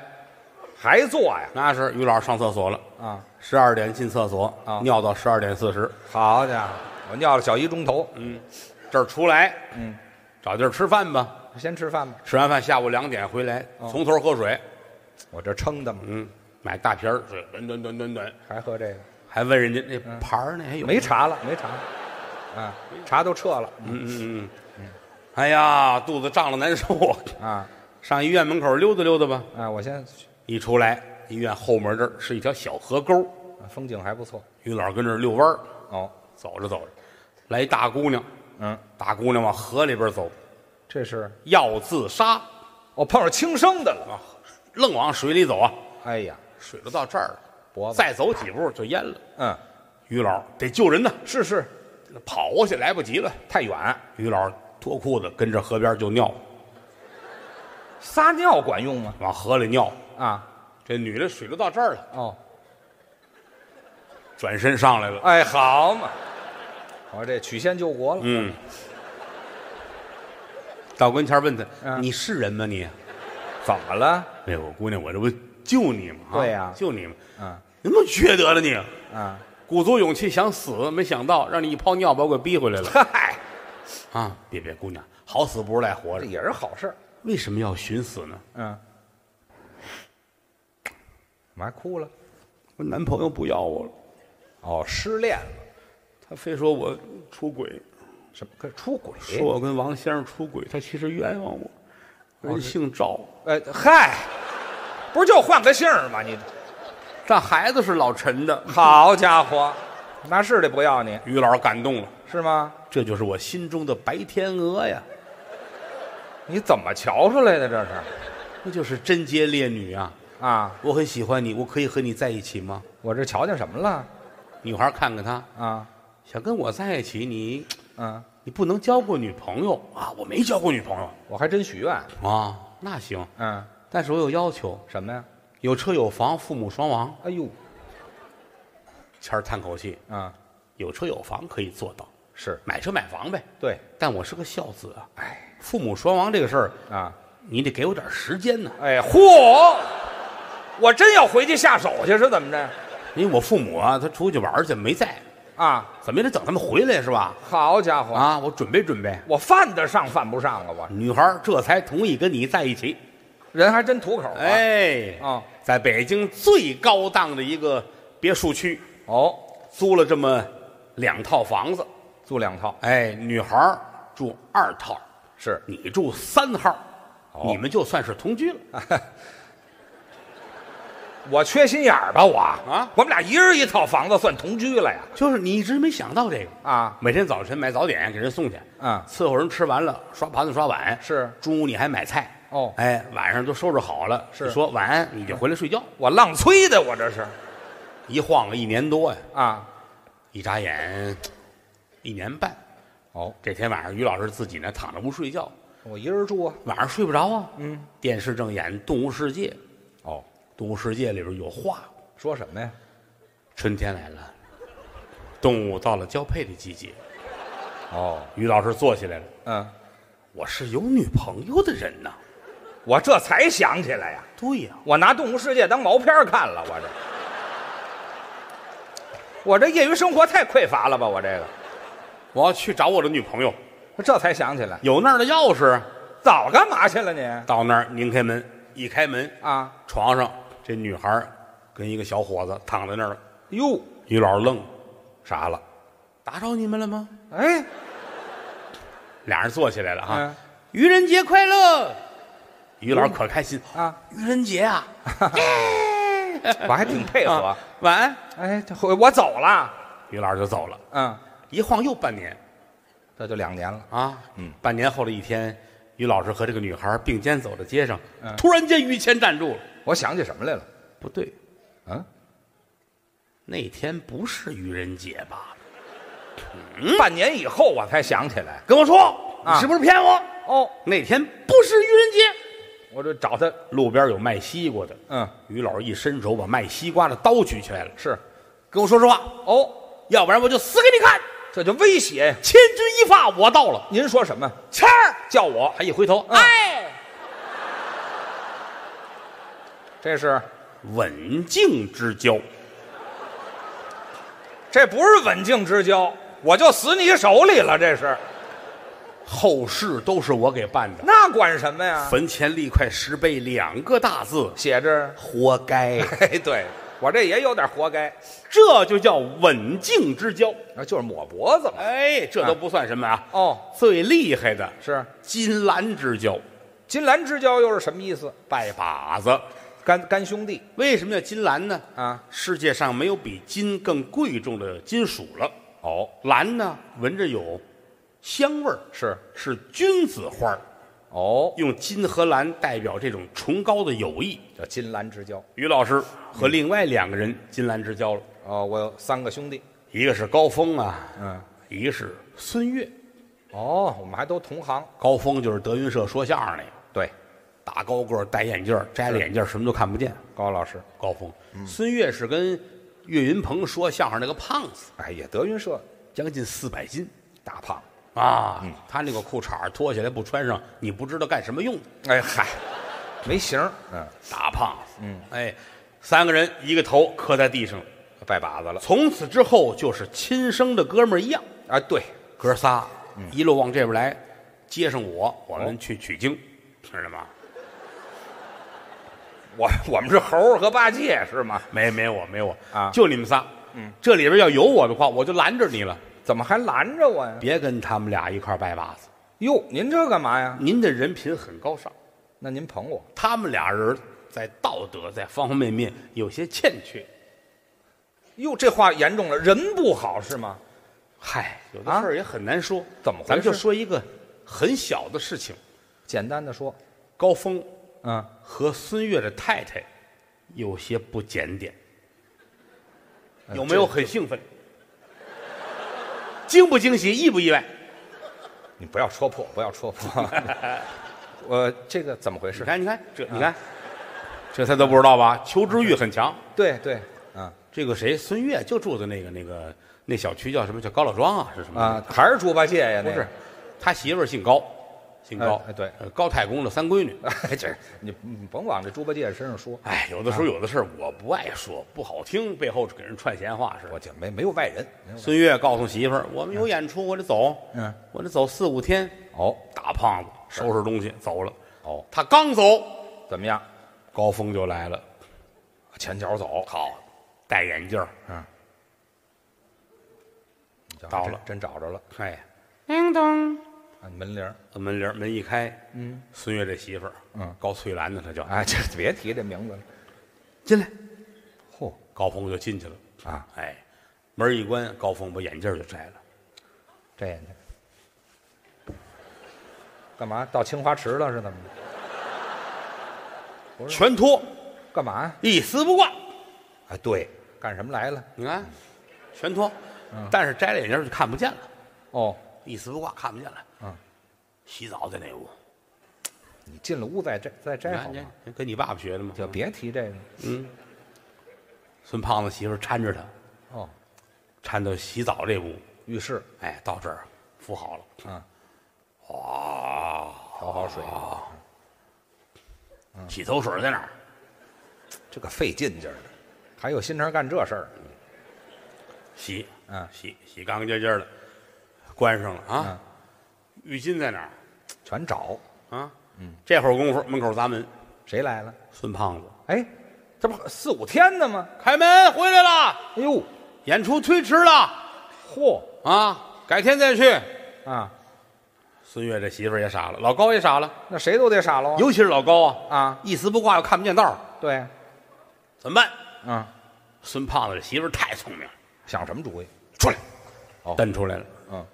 Speaker 3: 还做呀？
Speaker 2: 那是于老师上厕所了，
Speaker 3: 啊，
Speaker 2: 十二点进厕所
Speaker 3: 啊，
Speaker 2: 尿到十二点四十，
Speaker 3: 好家伙，嗯我尿了小一钟头，
Speaker 2: 这儿出来
Speaker 3: 嗯，
Speaker 2: 找地儿吃饭吧。
Speaker 3: 先吃饭吧，
Speaker 2: 吃完饭下午两点回来，
Speaker 3: 哦
Speaker 2: 从头喝水，
Speaker 3: 我这撑的嘛，
Speaker 2: 嗯，买大瓶儿水，暖暖暖暖暖，
Speaker 3: 还喝这个。
Speaker 2: 还问人家那盘儿呢，还有
Speaker 3: 嗯没？查了，没查了，啊，查都撤了
Speaker 2: 嗯嗯嗯嗯，哎呀，肚子胀了难受，
Speaker 3: 啊
Speaker 2: 上医院门口溜达溜达吧。
Speaker 3: 啊！我先去
Speaker 2: 一出来，医院后门这儿是一条小河沟，
Speaker 3: 啊风景还不错
Speaker 2: 于老师跟这儿遛弯儿。
Speaker 3: 哦，
Speaker 2: 走着走着，来一大姑娘，
Speaker 3: 嗯，
Speaker 2: 大姑娘往河里边走，
Speaker 3: 这是
Speaker 2: 要自杀，
Speaker 3: 我、碰上轻生的了，
Speaker 2: 愣往水里走啊，
Speaker 3: 哎呀，
Speaker 2: 水都到这儿了，
Speaker 3: 脖子，
Speaker 2: 再走几步就淹了。
Speaker 3: 嗯，
Speaker 2: 于老得救人呐，
Speaker 3: 是是，
Speaker 2: 跑过去来不及了。
Speaker 3: 太远，
Speaker 2: 于老脱裤子跟着河边就尿，
Speaker 3: 撒尿管用吗？
Speaker 2: 往河里尿。
Speaker 3: 啊，
Speaker 2: 这女的水都到这儿了，
Speaker 3: 哦，
Speaker 2: 转身上来了，
Speaker 3: 哎，好嘛，我这曲线救国了，
Speaker 2: 嗯，到跟前儿问她：“
Speaker 3: 嗯
Speaker 2: 你是人吗你？”
Speaker 3: 怎么了？
Speaker 2: 哎呦，姑娘，我这不救你吗？啊
Speaker 3: 对呀
Speaker 2: 救你吗？
Speaker 3: 嗯
Speaker 2: 你那么缺德了你！
Speaker 3: 啊，
Speaker 2: 鼓足勇气想死，没想到让你一泡尿把我给逼回来了
Speaker 3: 嗨，
Speaker 2: 啊！别别，姑娘，好死不如赖活着，
Speaker 3: 这也是好事儿，
Speaker 2: 为什么要寻死呢？
Speaker 3: 嗯，干嘛哭了？
Speaker 2: 我男朋友不要我了，
Speaker 3: 哦，失恋了，
Speaker 2: 他非说我出轨，
Speaker 3: 什么可出轨？
Speaker 2: 说我跟王先生出轨，他其实冤枉我，
Speaker 3: 哦
Speaker 2: 人姓赵，
Speaker 3: 呃，嗨，不是就换个姓儿吗？你
Speaker 2: 但孩子是老陈的。
Speaker 3: 好家伙，那是得不要你
Speaker 2: 于老师感动了，
Speaker 3: 是吗？
Speaker 2: 这就是我心中的白天鹅呀！
Speaker 3: 你怎么瞧出来的？这是
Speaker 2: 那就是贞洁烈女啊！
Speaker 3: 啊，
Speaker 2: 我很喜欢你，我可以和你在一起吗？
Speaker 3: 我这瞧见什么了？
Speaker 2: 女孩看看他，
Speaker 3: 啊，
Speaker 2: 想跟我在一起，你
Speaker 3: 嗯，
Speaker 2: 你不能交过女朋友啊！我没交过女朋友
Speaker 3: 我还真许愿。
Speaker 2: 啊，那行，
Speaker 3: 嗯，
Speaker 2: 但是我有要求，
Speaker 3: 什么呀？
Speaker 2: 有车有房，父母双亡。
Speaker 3: 哎呦，
Speaker 2: 谦儿叹口气，
Speaker 3: 啊，
Speaker 2: 有车有房可以做到，
Speaker 3: 是
Speaker 2: 买车买房呗。
Speaker 3: 对，
Speaker 2: 但我是个孝子啊，
Speaker 3: 哎，
Speaker 2: 父母双亡这个事儿，
Speaker 3: 啊，
Speaker 2: 你得给我点时间呢、
Speaker 3: 哎，嚯，我真要回去下手去是怎么着？
Speaker 2: 因为我父母啊，他出去玩儿去没在，
Speaker 3: 啊，
Speaker 2: 怎么也得等他们回来是吧？
Speaker 3: 好家伙，
Speaker 2: 啊，我准备准备。
Speaker 3: 我犯得上犯不上啊？我
Speaker 2: 女孩儿这才同意跟你在一起。
Speaker 3: 人还真吐口啊。
Speaker 2: 哎，
Speaker 3: 啊，
Speaker 2: 在北京最高档的一个别墅区，
Speaker 3: 哦，
Speaker 2: 租了这么两套房子。
Speaker 3: 租两套
Speaker 2: 哎，女孩儿住二套，哦
Speaker 3: 是
Speaker 2: 你住三号，你们就算是同居了。
Speaker 3: 我缺心眼儿吧？我
Speaker 2: 啊
Speaker 3: 我们俩一人一套房子，算同居了呀？
Speaker 2: 就是你一直没想到这个，
Speaker 3: 啊，
Speaker 2: 每天早晨买早点给人送去，
Speaker 3: 嗯
Speaker 2: 伺候人吃完了刷盘子刷碗，
Speaker 3: 是
Speaker 2: 中午你还买菜
Speaker 3: 哦
Speaker 2: 哎，晚上都收拾好了，
Speaker 3: 是
Speaker 2: 你说晚安你就回来睡觉，
Speaker 3: 我浪催的，我这是
Speaker 2: 一晃了一年多呀，
Speaker 3: 啊。
Speaker 2: 一眨眼一年半。
Speaker 3: 哦，
Speaker 2: 这天晚上于老师自己呢躺着不睡觉，
Speaker 3: 我一人住啊。
Speaker 2: 晚上睡不着啊，嗯，电视正演《动物世界》，
Speaker 3: 哦，
Speaker 2: 动物世界里边有画，
Speaker 3: 说什么呀？
Speaker 2: 春天来了，动物到了交配的季节，
Speaker 3: 哦，
Speaker 2: 于老师坐起来了，
Speaker 3: 嗯，
Speaker 2: 我是有女朋友的人呐，
Speaker 3: 我这才想起来呀、
Speaker 2: 对呀、
Speaker 3: 我拿《动物世界》当毛片儿看了，我这，我这业余生活太匮乏了吧？我这个，
Speaker 2: 我要去找我的女朋友，
Speaker 3: 这才想起来，
Speaker 2: 有那儿的钥匙。
Speaker 3: 早干嘛去了你？
Speaker 2: 到那儿拧开门，一开门，
Speaker 3: 啊，
Speaker 2: 床上这女孩儿跟一个小伙子躺在那儿了。
Speaker 3: 哟，
Speaker 2: 于老师愣，傻了，打扰你们了吗？
Speaker 3: 哎，
Speaker 2: 俩人坐起来了哈、
Speaker 3: 嗯
Speaker 2: 愚人节快乐！于老师可开心
Speaker 3: 啊，
Speaker 2: 嗯愚人节啊，
Speaker 3: 我还挺配合
Speaker 2: 啊。晚安。
Speaker 3: 哎，这回我走了。
Speaker 2: 于老师就走了，
Speaker 3: 嗯，
Speaker 2: 一晃又半年
Speaker 3: 这就两年了。
Speaker 2: 啊，
Speaker 3: 嗯，
Speaker 2: 半年后的一天，于老师和这个女孩并肩走在街上，突然间于谦站住了，
Speaker 3: 我想起什么来了？
Speaker 2: 嗯不对，
Speaker 3: 嗯，
Speaker 2: 那天不是愚人节吧？
Speaker 3: 半年以后我才想起来。
Speaker 2: 跟我说，
Speaker 3: 啊
Speaker 2: 你是不是骗我？
Speaker 3: 哦，
Speaker 2: 那天不是愚人节。
Speaker 3: 我就找他。
Speaker 2: 路边有卖西瓜的，
Speaker 3: 嗯，
Speaker 2: 于老师一伸手把卖西瓜的刀举起来了，
Speaker 3: 是。
Speaker 2: 跟我说实话，
Speaker 3: 哦，
Speaker 2: 要不然我就死给你看。
Speaker 3: 这就威胁。
Speaker 2: 千钧一发，我到了。
Speaker 3: 您说什么？
Speaker 2: 谦儿
Speaker 3: 叫我。
Speaker 2: 还一回头，
Speaker 3: 嗯
Speaker 2: 哎，
Speaker 3: 这是，
Speaker 2: 刎颈之交。
Speaker 3: 这不是刎颈之交，我就死你手里了。这是，
Speaker 2: 后事都是我给办的。
Speaker 3: 那管什么呀？
Speaker 2: 坟前立块石碑，两个大字，
Speaker 3: 写着，
Speaker 2: 活该。
Speaker 3: 嘿，对我这也有点活该，
Speaker 2: 这就叫刎颈之交。
Speaker 3: 啊就是抹脖子嘛。
Speaker 2: 哎，这都不算什么啊！
Speaker 3: 哦，
Speaker 2: 最厉害的
Speaker 3: 是
Speaker 2: 金兰之交，
Speaker 3: 金兰之交又是什么意思？
Speaker 2: 拜把子。
Speaker 3: 干干兄弟
Speaker 2: 为什么叫金兰呢？
Speaker 3: 啊？
Speaker 2: 世界上没有比金更贵重的金属了。
Speaker 3: 哦，
Speaker 2: 兰呢，闻着有香味儿，
Speaker 3: 是
Speaker 2: 是君子花儿
Speaker 3: 哦，
Speaker 2: 用金和兰代表这种崇高的友谊。
Speaker 3: 叫金兰之交。
Speaker 2: 于老师和另外两个人金兰之交了，
Speaker 3: 哦，我有三个兄弟。
Speaker 2: 一个是高峰啊，
Speaker 3: 嗯，
Speaker 2: 一个是孙越。
Speaker 3: 哦，我们还都同行。
Speaker 2: 高峰就是德云社说相声那个，
Speaker 3: 对，
Speaker 2: 大高个儿戴眼镜儿，摘了眼镜儿什么都看不见。
Speaker 3: 高老师，
Speaker 2: 高峰，孙越是跟岳云鹏说相声那个胖子，
Speaker 3: 哎呀，德云社
Speaker 2: 将近四百斤
Speaker 3: 大胖。
Speaker 2: 啊，他那个裤衩儿脱下来不穿上，你不知道干什么用的。
Speaker 3: 哎 嗨，没型儿。嗯，
Speaker 2: 大胖子，嗯，哎，三个人一个头磕在地上了，
Speaker 3: 拜把子了。
Speaker 2: 从此之后就是亲生的哥们儿一样，
Speaker 3: 啊，对，
Speaker 2: 哥仨一路往这边来，接上我，我们去取经，知道吗？
Speaker 3: 我我们是猴儿和八戒是吗？
Speaker 2: 没没我没我
Speaker 3: 啊
Speaker 2: 就你们仨，嗯，这里边要有我的话，我就拦着你了，
Speaker 3: 怎么还拦着我呀？
Speaker 2: 别跟他们俩一块儿拜把子。
Speaker 3: 哟，您这干嘛呀？
Speaker 2: 您的人品很高尚，
Speaker 3: 那您捧我，
Speaker 2: 他们俩人在道德在方方面面有些欠缺。
Speaker 3: 哟，这话严重了，人不好是吗？
Speaker 2: 嗨，有的
Speaker 3: 啊
Speaker 2: 事儿也很难说，
Speaker 3: 怎么回事
Speaker 2: 咱们就说一个很小的事情，
Speaker 3: 简单的说，
Speaker 2: 高峰
Speaker 3: 嗯，
Speaker 2: 和孙越的太太有些不检点，有没有很兴奋？惊不惊喜，意不意外？
Speaker 3: 你不要戳破，不要 戳破。我这个怎么回
Speaker 2: 你
Speaker 3: 事？
Speaker 2: 看，你看，这你看，啊这他都不知道吧？嗯求知欲很强。
Speaker 3: 对对，嗯
Speaker 2: 这个谁，孙越就住在那个那个那小区叫什么？叫高老庄啊，是什么？
Speaker 3: 啊，还是猪八戒呀？
Speaker 2: 不
Speaker 3: 那个
Speaker 2: 是，他媳妇儿姓高，姓高
Speaker 3: 哎，哎对
Speaker 2: 呃，高太公的三闺女。
Speaker 3: 哎， 这你你甭往这猪八戒身上说，
Speaker 2: 哎，有的时候有的事儿我不爱说，不好听，背后给人串闲话似
Speaker 3: 我
Speaker 2: 的。
Speaker 3: 就没没有外人。没有外人
Speaker 2: 孙越告诉媳妇儿：“我们有演出，我得走，
Speaker 3: 嗯，
Speaker 2: 我得走四五天。
Speaker 3: 哦”
Speaker 2: 大胖子收拾东西走了。
Speaker 3: 哦，
Speaker 2: 他刚走，
Speaker 3: 怎么样？
Speaker 2: 高峰就来了，
Speaker 3: 前脚走，
Speaker 2: 好，戴眼镜儿
Speaker 3: 嗯，
Speaker 2: 到了
Speaker 3: 真真找着了，
Speaker 2: 哎，
Speaker 3: 啊，门铃儿。
Speaker 2: 门铃儿门一开，嗯，孙越这媳妇儿，
Speaker 3: 嗯，
Speaker 2: 高翠兰呢，她叫
Speaker 3: 啊，这别提这名字了。
Speaker 2: 进来，
Speaker 3: 嚯
Speaker 2: 高峰就进去了。
Speaker 3: 啊，
Speaker 2: 哎，门一关，高峰把眼镜就摘了。
Speaker 3: 这眼睛干嘛？到青花池了是怎么着？
Speaker 2: 全脱，
Speaker 3: 干嘛呀？
Speaker 2: 一丝不挂。哎
Speaker 3: 啊，对，干什么来了？
Speaker 2: 你看，全脱，但是摘了眼镜就看不见了，
Speaker 3: 哦，
Speaker 2: 一丝不挂看不见了。
Speaker 3: 嗯，
Speaker 2: 洗澡在那屋，
Speaker 3: 你进了屋再摘再
Speaker 2: 你
Speaker 3: 摘好
Speaker 2: 看
Speaker 3: 吗？
Speaker 2: 这跟你爸爸学的嘛。
Speaker 3: 就别提这个了。
Speaker 2: 孙胖子媳妇儿搀着他，
Speaker 3: 哦，
Speaker 2: 搀到洗澡这屋，
Speaker 3: 浴室
Speaker 2: 哎，到这儿扶好了，
Speaker 3: 啊，
Speaker 2: 哇，
Speaker 3: 调好水，
Speaker 2: 洗头水在哪儿？
Speaker 3: 这个费劲劲儿的，还有心肠干这事儿。
Speaker 2: 洗，
Speaker 3: 嗯
Speaker 2: 洗洗干干净净的，关上了啊
Speaker 3: 嗯。
Speaker 2: 浴巾在哪
Speaker 3: 全找
Speaker 2: 儿啊？嗯，这会儿功夫门口砸门，
Speaker 3: 谁来了？
Speaker 2: 孙胖子
Speaker 3: 哎，这不四五天呢吗？
Speaker 2: 开门回来了，
Speaker 3: 哎呦，
Speaker 2: 演出推迟了
Speaker 3: 嚯
Speaker 2: 啊，改天再去。
Speaker 3: 啊，
Speaker 2: 孙越这媳妇儿也傻了，老高也傻了，
Speaker 3: 那谁都得傻喽。
Speaker 2: 尤其是老高啊，
Speaker 3: 啊，
Speaker 2: 一丝不挂又看不见道儿，
Speaker 3: 对，
Speaker 2: 怎么办？
Speaker 3: 嗯，
Speaker 2: 孙胖子这媳妇儿太聪明了，
Speaker 3: 想什么主意？
Speaker 2: 出来，
Speaker 3: 哦
Speaker 2: 蹬出来了。
Speaker 3: 嗯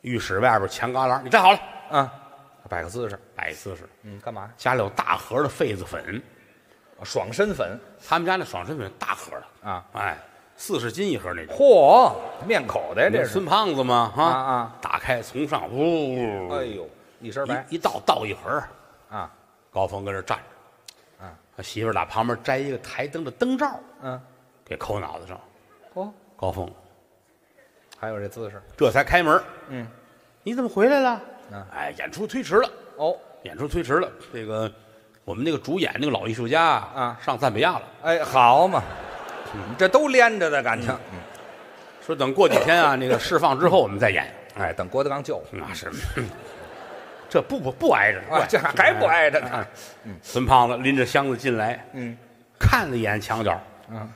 Speaker 2: 浴室外边墙旮旯，你站好了，
Speaker 3: 啊，摆个姿势。
Speaker 2: 摆一姿势。
Speaker 3: 嗯，干嘛？
Speaker 2: 家里有大盒的痱子粉，
Speaker 3: 啊爽身粉
Speaker 2: 他们家那爽身粉大盒的，
Speaker 3: 啊！
Speaker 2: 哎，四十斤一盒那种。
Speaker 3: 嚯，面口袋这是
Speaker 2: 孙。胖子嘛，哈
Speaker 3: 啊啊
Speaker 2: 打开从上，呜，
Speaker 3: 哎呦，一身白
Speaker 2: 一一倒倒一盒，
Speaker 3: 啊，
Speaker 2: 高峰跟这站着，
Speaker 3: 啊，
Speaker 2: 他媳妇儿打旁边摘一个台灯的灯罩
Speaker 3: 嗯，
Speaker 2: 给扣脑袋上。
Speaker 3: 嚯，
Speaker 2: 高峰
Speaker 3: 还有这姿势。
Speaker 2: 这才开门，
Speaker 3: 嗯，
Speaker 2: 你怎么回来了？
Speaker 3: 嗯
Speaker 2: 哎，演出推迟了，
Speaker 3: 哦，
Speaker 2: 演出推迟了。这个我们那个主演那个老艺术家啊
Speaker 3: 啊
Speaker 2: 上赞比亚了，
Speaker 3: 哎，好嘛，
Speaker 2: 嗯
Speaker 3: 这都连着的感情。
Speaker 2: 说等过几天 啊，那个释放之后我们再演。
Speaker 3: 哎，等郭德纲救我。
Speaker 2: 那是，这不不不挨着，啊嗯不
Speaker 3: 啊，这还不挨着呢。
Speaker 2: 孙胖子拎着箱子进来，
Speaker 3: 嗯
Speaker 2: 看了一眼墙角，
Speaker 3: 嗯，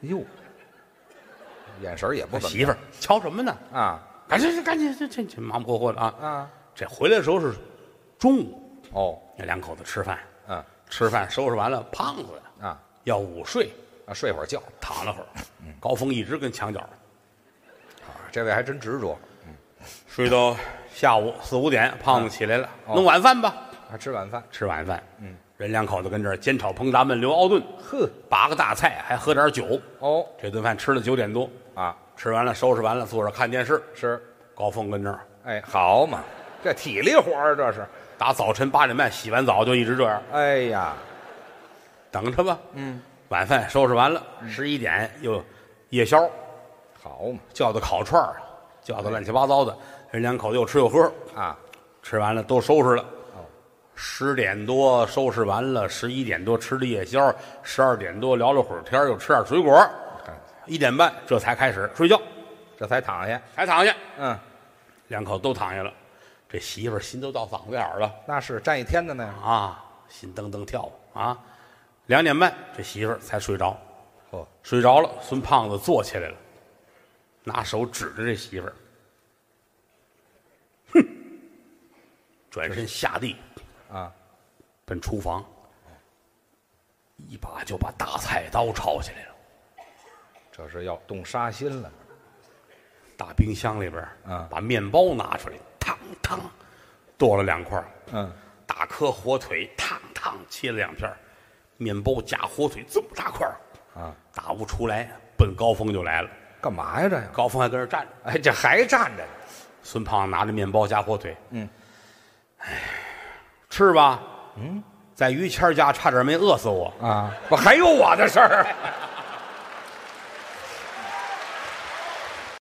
Speaker 3: 哟，哎眼神儿也不怎么
Speaker 2: 哎媳妇儿瞧什么呢？
Speaker 3: 啊
Speaker 2: 赶紧赶紧，这这这忙忙活活的啊！
Speaker 3: 啊
Speaker 2: 这回来的时候是中午，
Speaker 3: 哦，
Speaker 2: 那两口子吃饭，
Speaker 3: 嗯
Speaker 2: 吃饭收拾完了，胖子
Speaker 3: 啊
Speaker 2: 要午睡，
Speaker 3: 啊，睡会儿觉。
Speaker 2: 躺了会儿。高峰一直跟墙角
Speaker 3: 啊这位还真执着，
Speaker 2: 睡到下午四五点，胖子起来了，
Speaker 3: 哦
Speaker 2: 弄晚饭吧，
Speaker 3: 还吃晚饭。
Speaker 2: 嗯吃晚饭。嗯，人两口子跟这儿煎炒烹炸焖溜熬炖，
Speaker 3: 呵，
Speaker 2: 八个大菜，还喝点酒。
Speaker 3: 哦
Speaker 2: 这顿饭吃了九点多，
Speaker 3: 啊，
Speaker 2: 吃完了收拾完了，坐着看电视。
Speaker 3: 是。
Speaker 2: 高峰跟这儿
Speaker 3: 哎，好嘛，这体力活儿这是。
Speaker 2: 打早晨八点半洗完澡就一直这样，
Speaker 3: 哎呀，
Speaker 2: 等着吧。
Speaker 3: 嗯，
Speaker 2: 晚饭收拾完了，十一点又夜宵，
Speaker 3: 好嘛
Speaker 2: 叫的烤串儿，叫的乱七八糟的，人两口子又吃又喝，
Speaker 3: 啊，
Speaker 2: 吃完了都收拾了。十点多收拾完了，十一点多吃的夜宵，十二点多聊了会儿天儿，又吃点水果，一点半这才开始睡觉，
Speaker 3: 嗯这才躺下。
Speaker 2: 还躺下，
Speaker 3: 嗯，
Speaker 2: 两口都躺下了。这媳妇儿心都到嗓子眼儿了
Speaker 3: 那是站一天的呢。
Speaker 2: 啊，心噔噔跳啊。两点半这媳妇儿才睡着，
Speaker 3: 哦，
Speaker 2: 睡着了，孙胖子坐起来了，拿手指着这媳妇儿，哼，转身下地
Speaker 3: 啊，
Speaker 2: 奔厨房，一把就把大菜刀抄起来了，
Speaker 3: 这是要动杀心了。
Speaker 2: 大冰箱里边儿
Speaker 3: 嗯
Speaker 2: 把面包拿出来，烫烫，剁了两块儿，
Speaker 3: 嗯，
Speaker 2: 大颗火腿，烫烫切了两片儿面包夹火腿这么大块儿
Speaker 3: 啊，
Speaker 2: 打不出来，奔高峰就来了。
Speaker 3: 干嘛呀这样？
Speaker 2: 高峰还跟那儿站着，
Speaker 3: 哎，这还站着呢，
Speaker 2: 孙胖拿着面包夹火腿，
Speaker 3: 嗯，
Speaker 2: 哎，吃吧，嗯，在于谦儿家差点没饿死我。
Speaker 3: 啊，我还有我的事儿。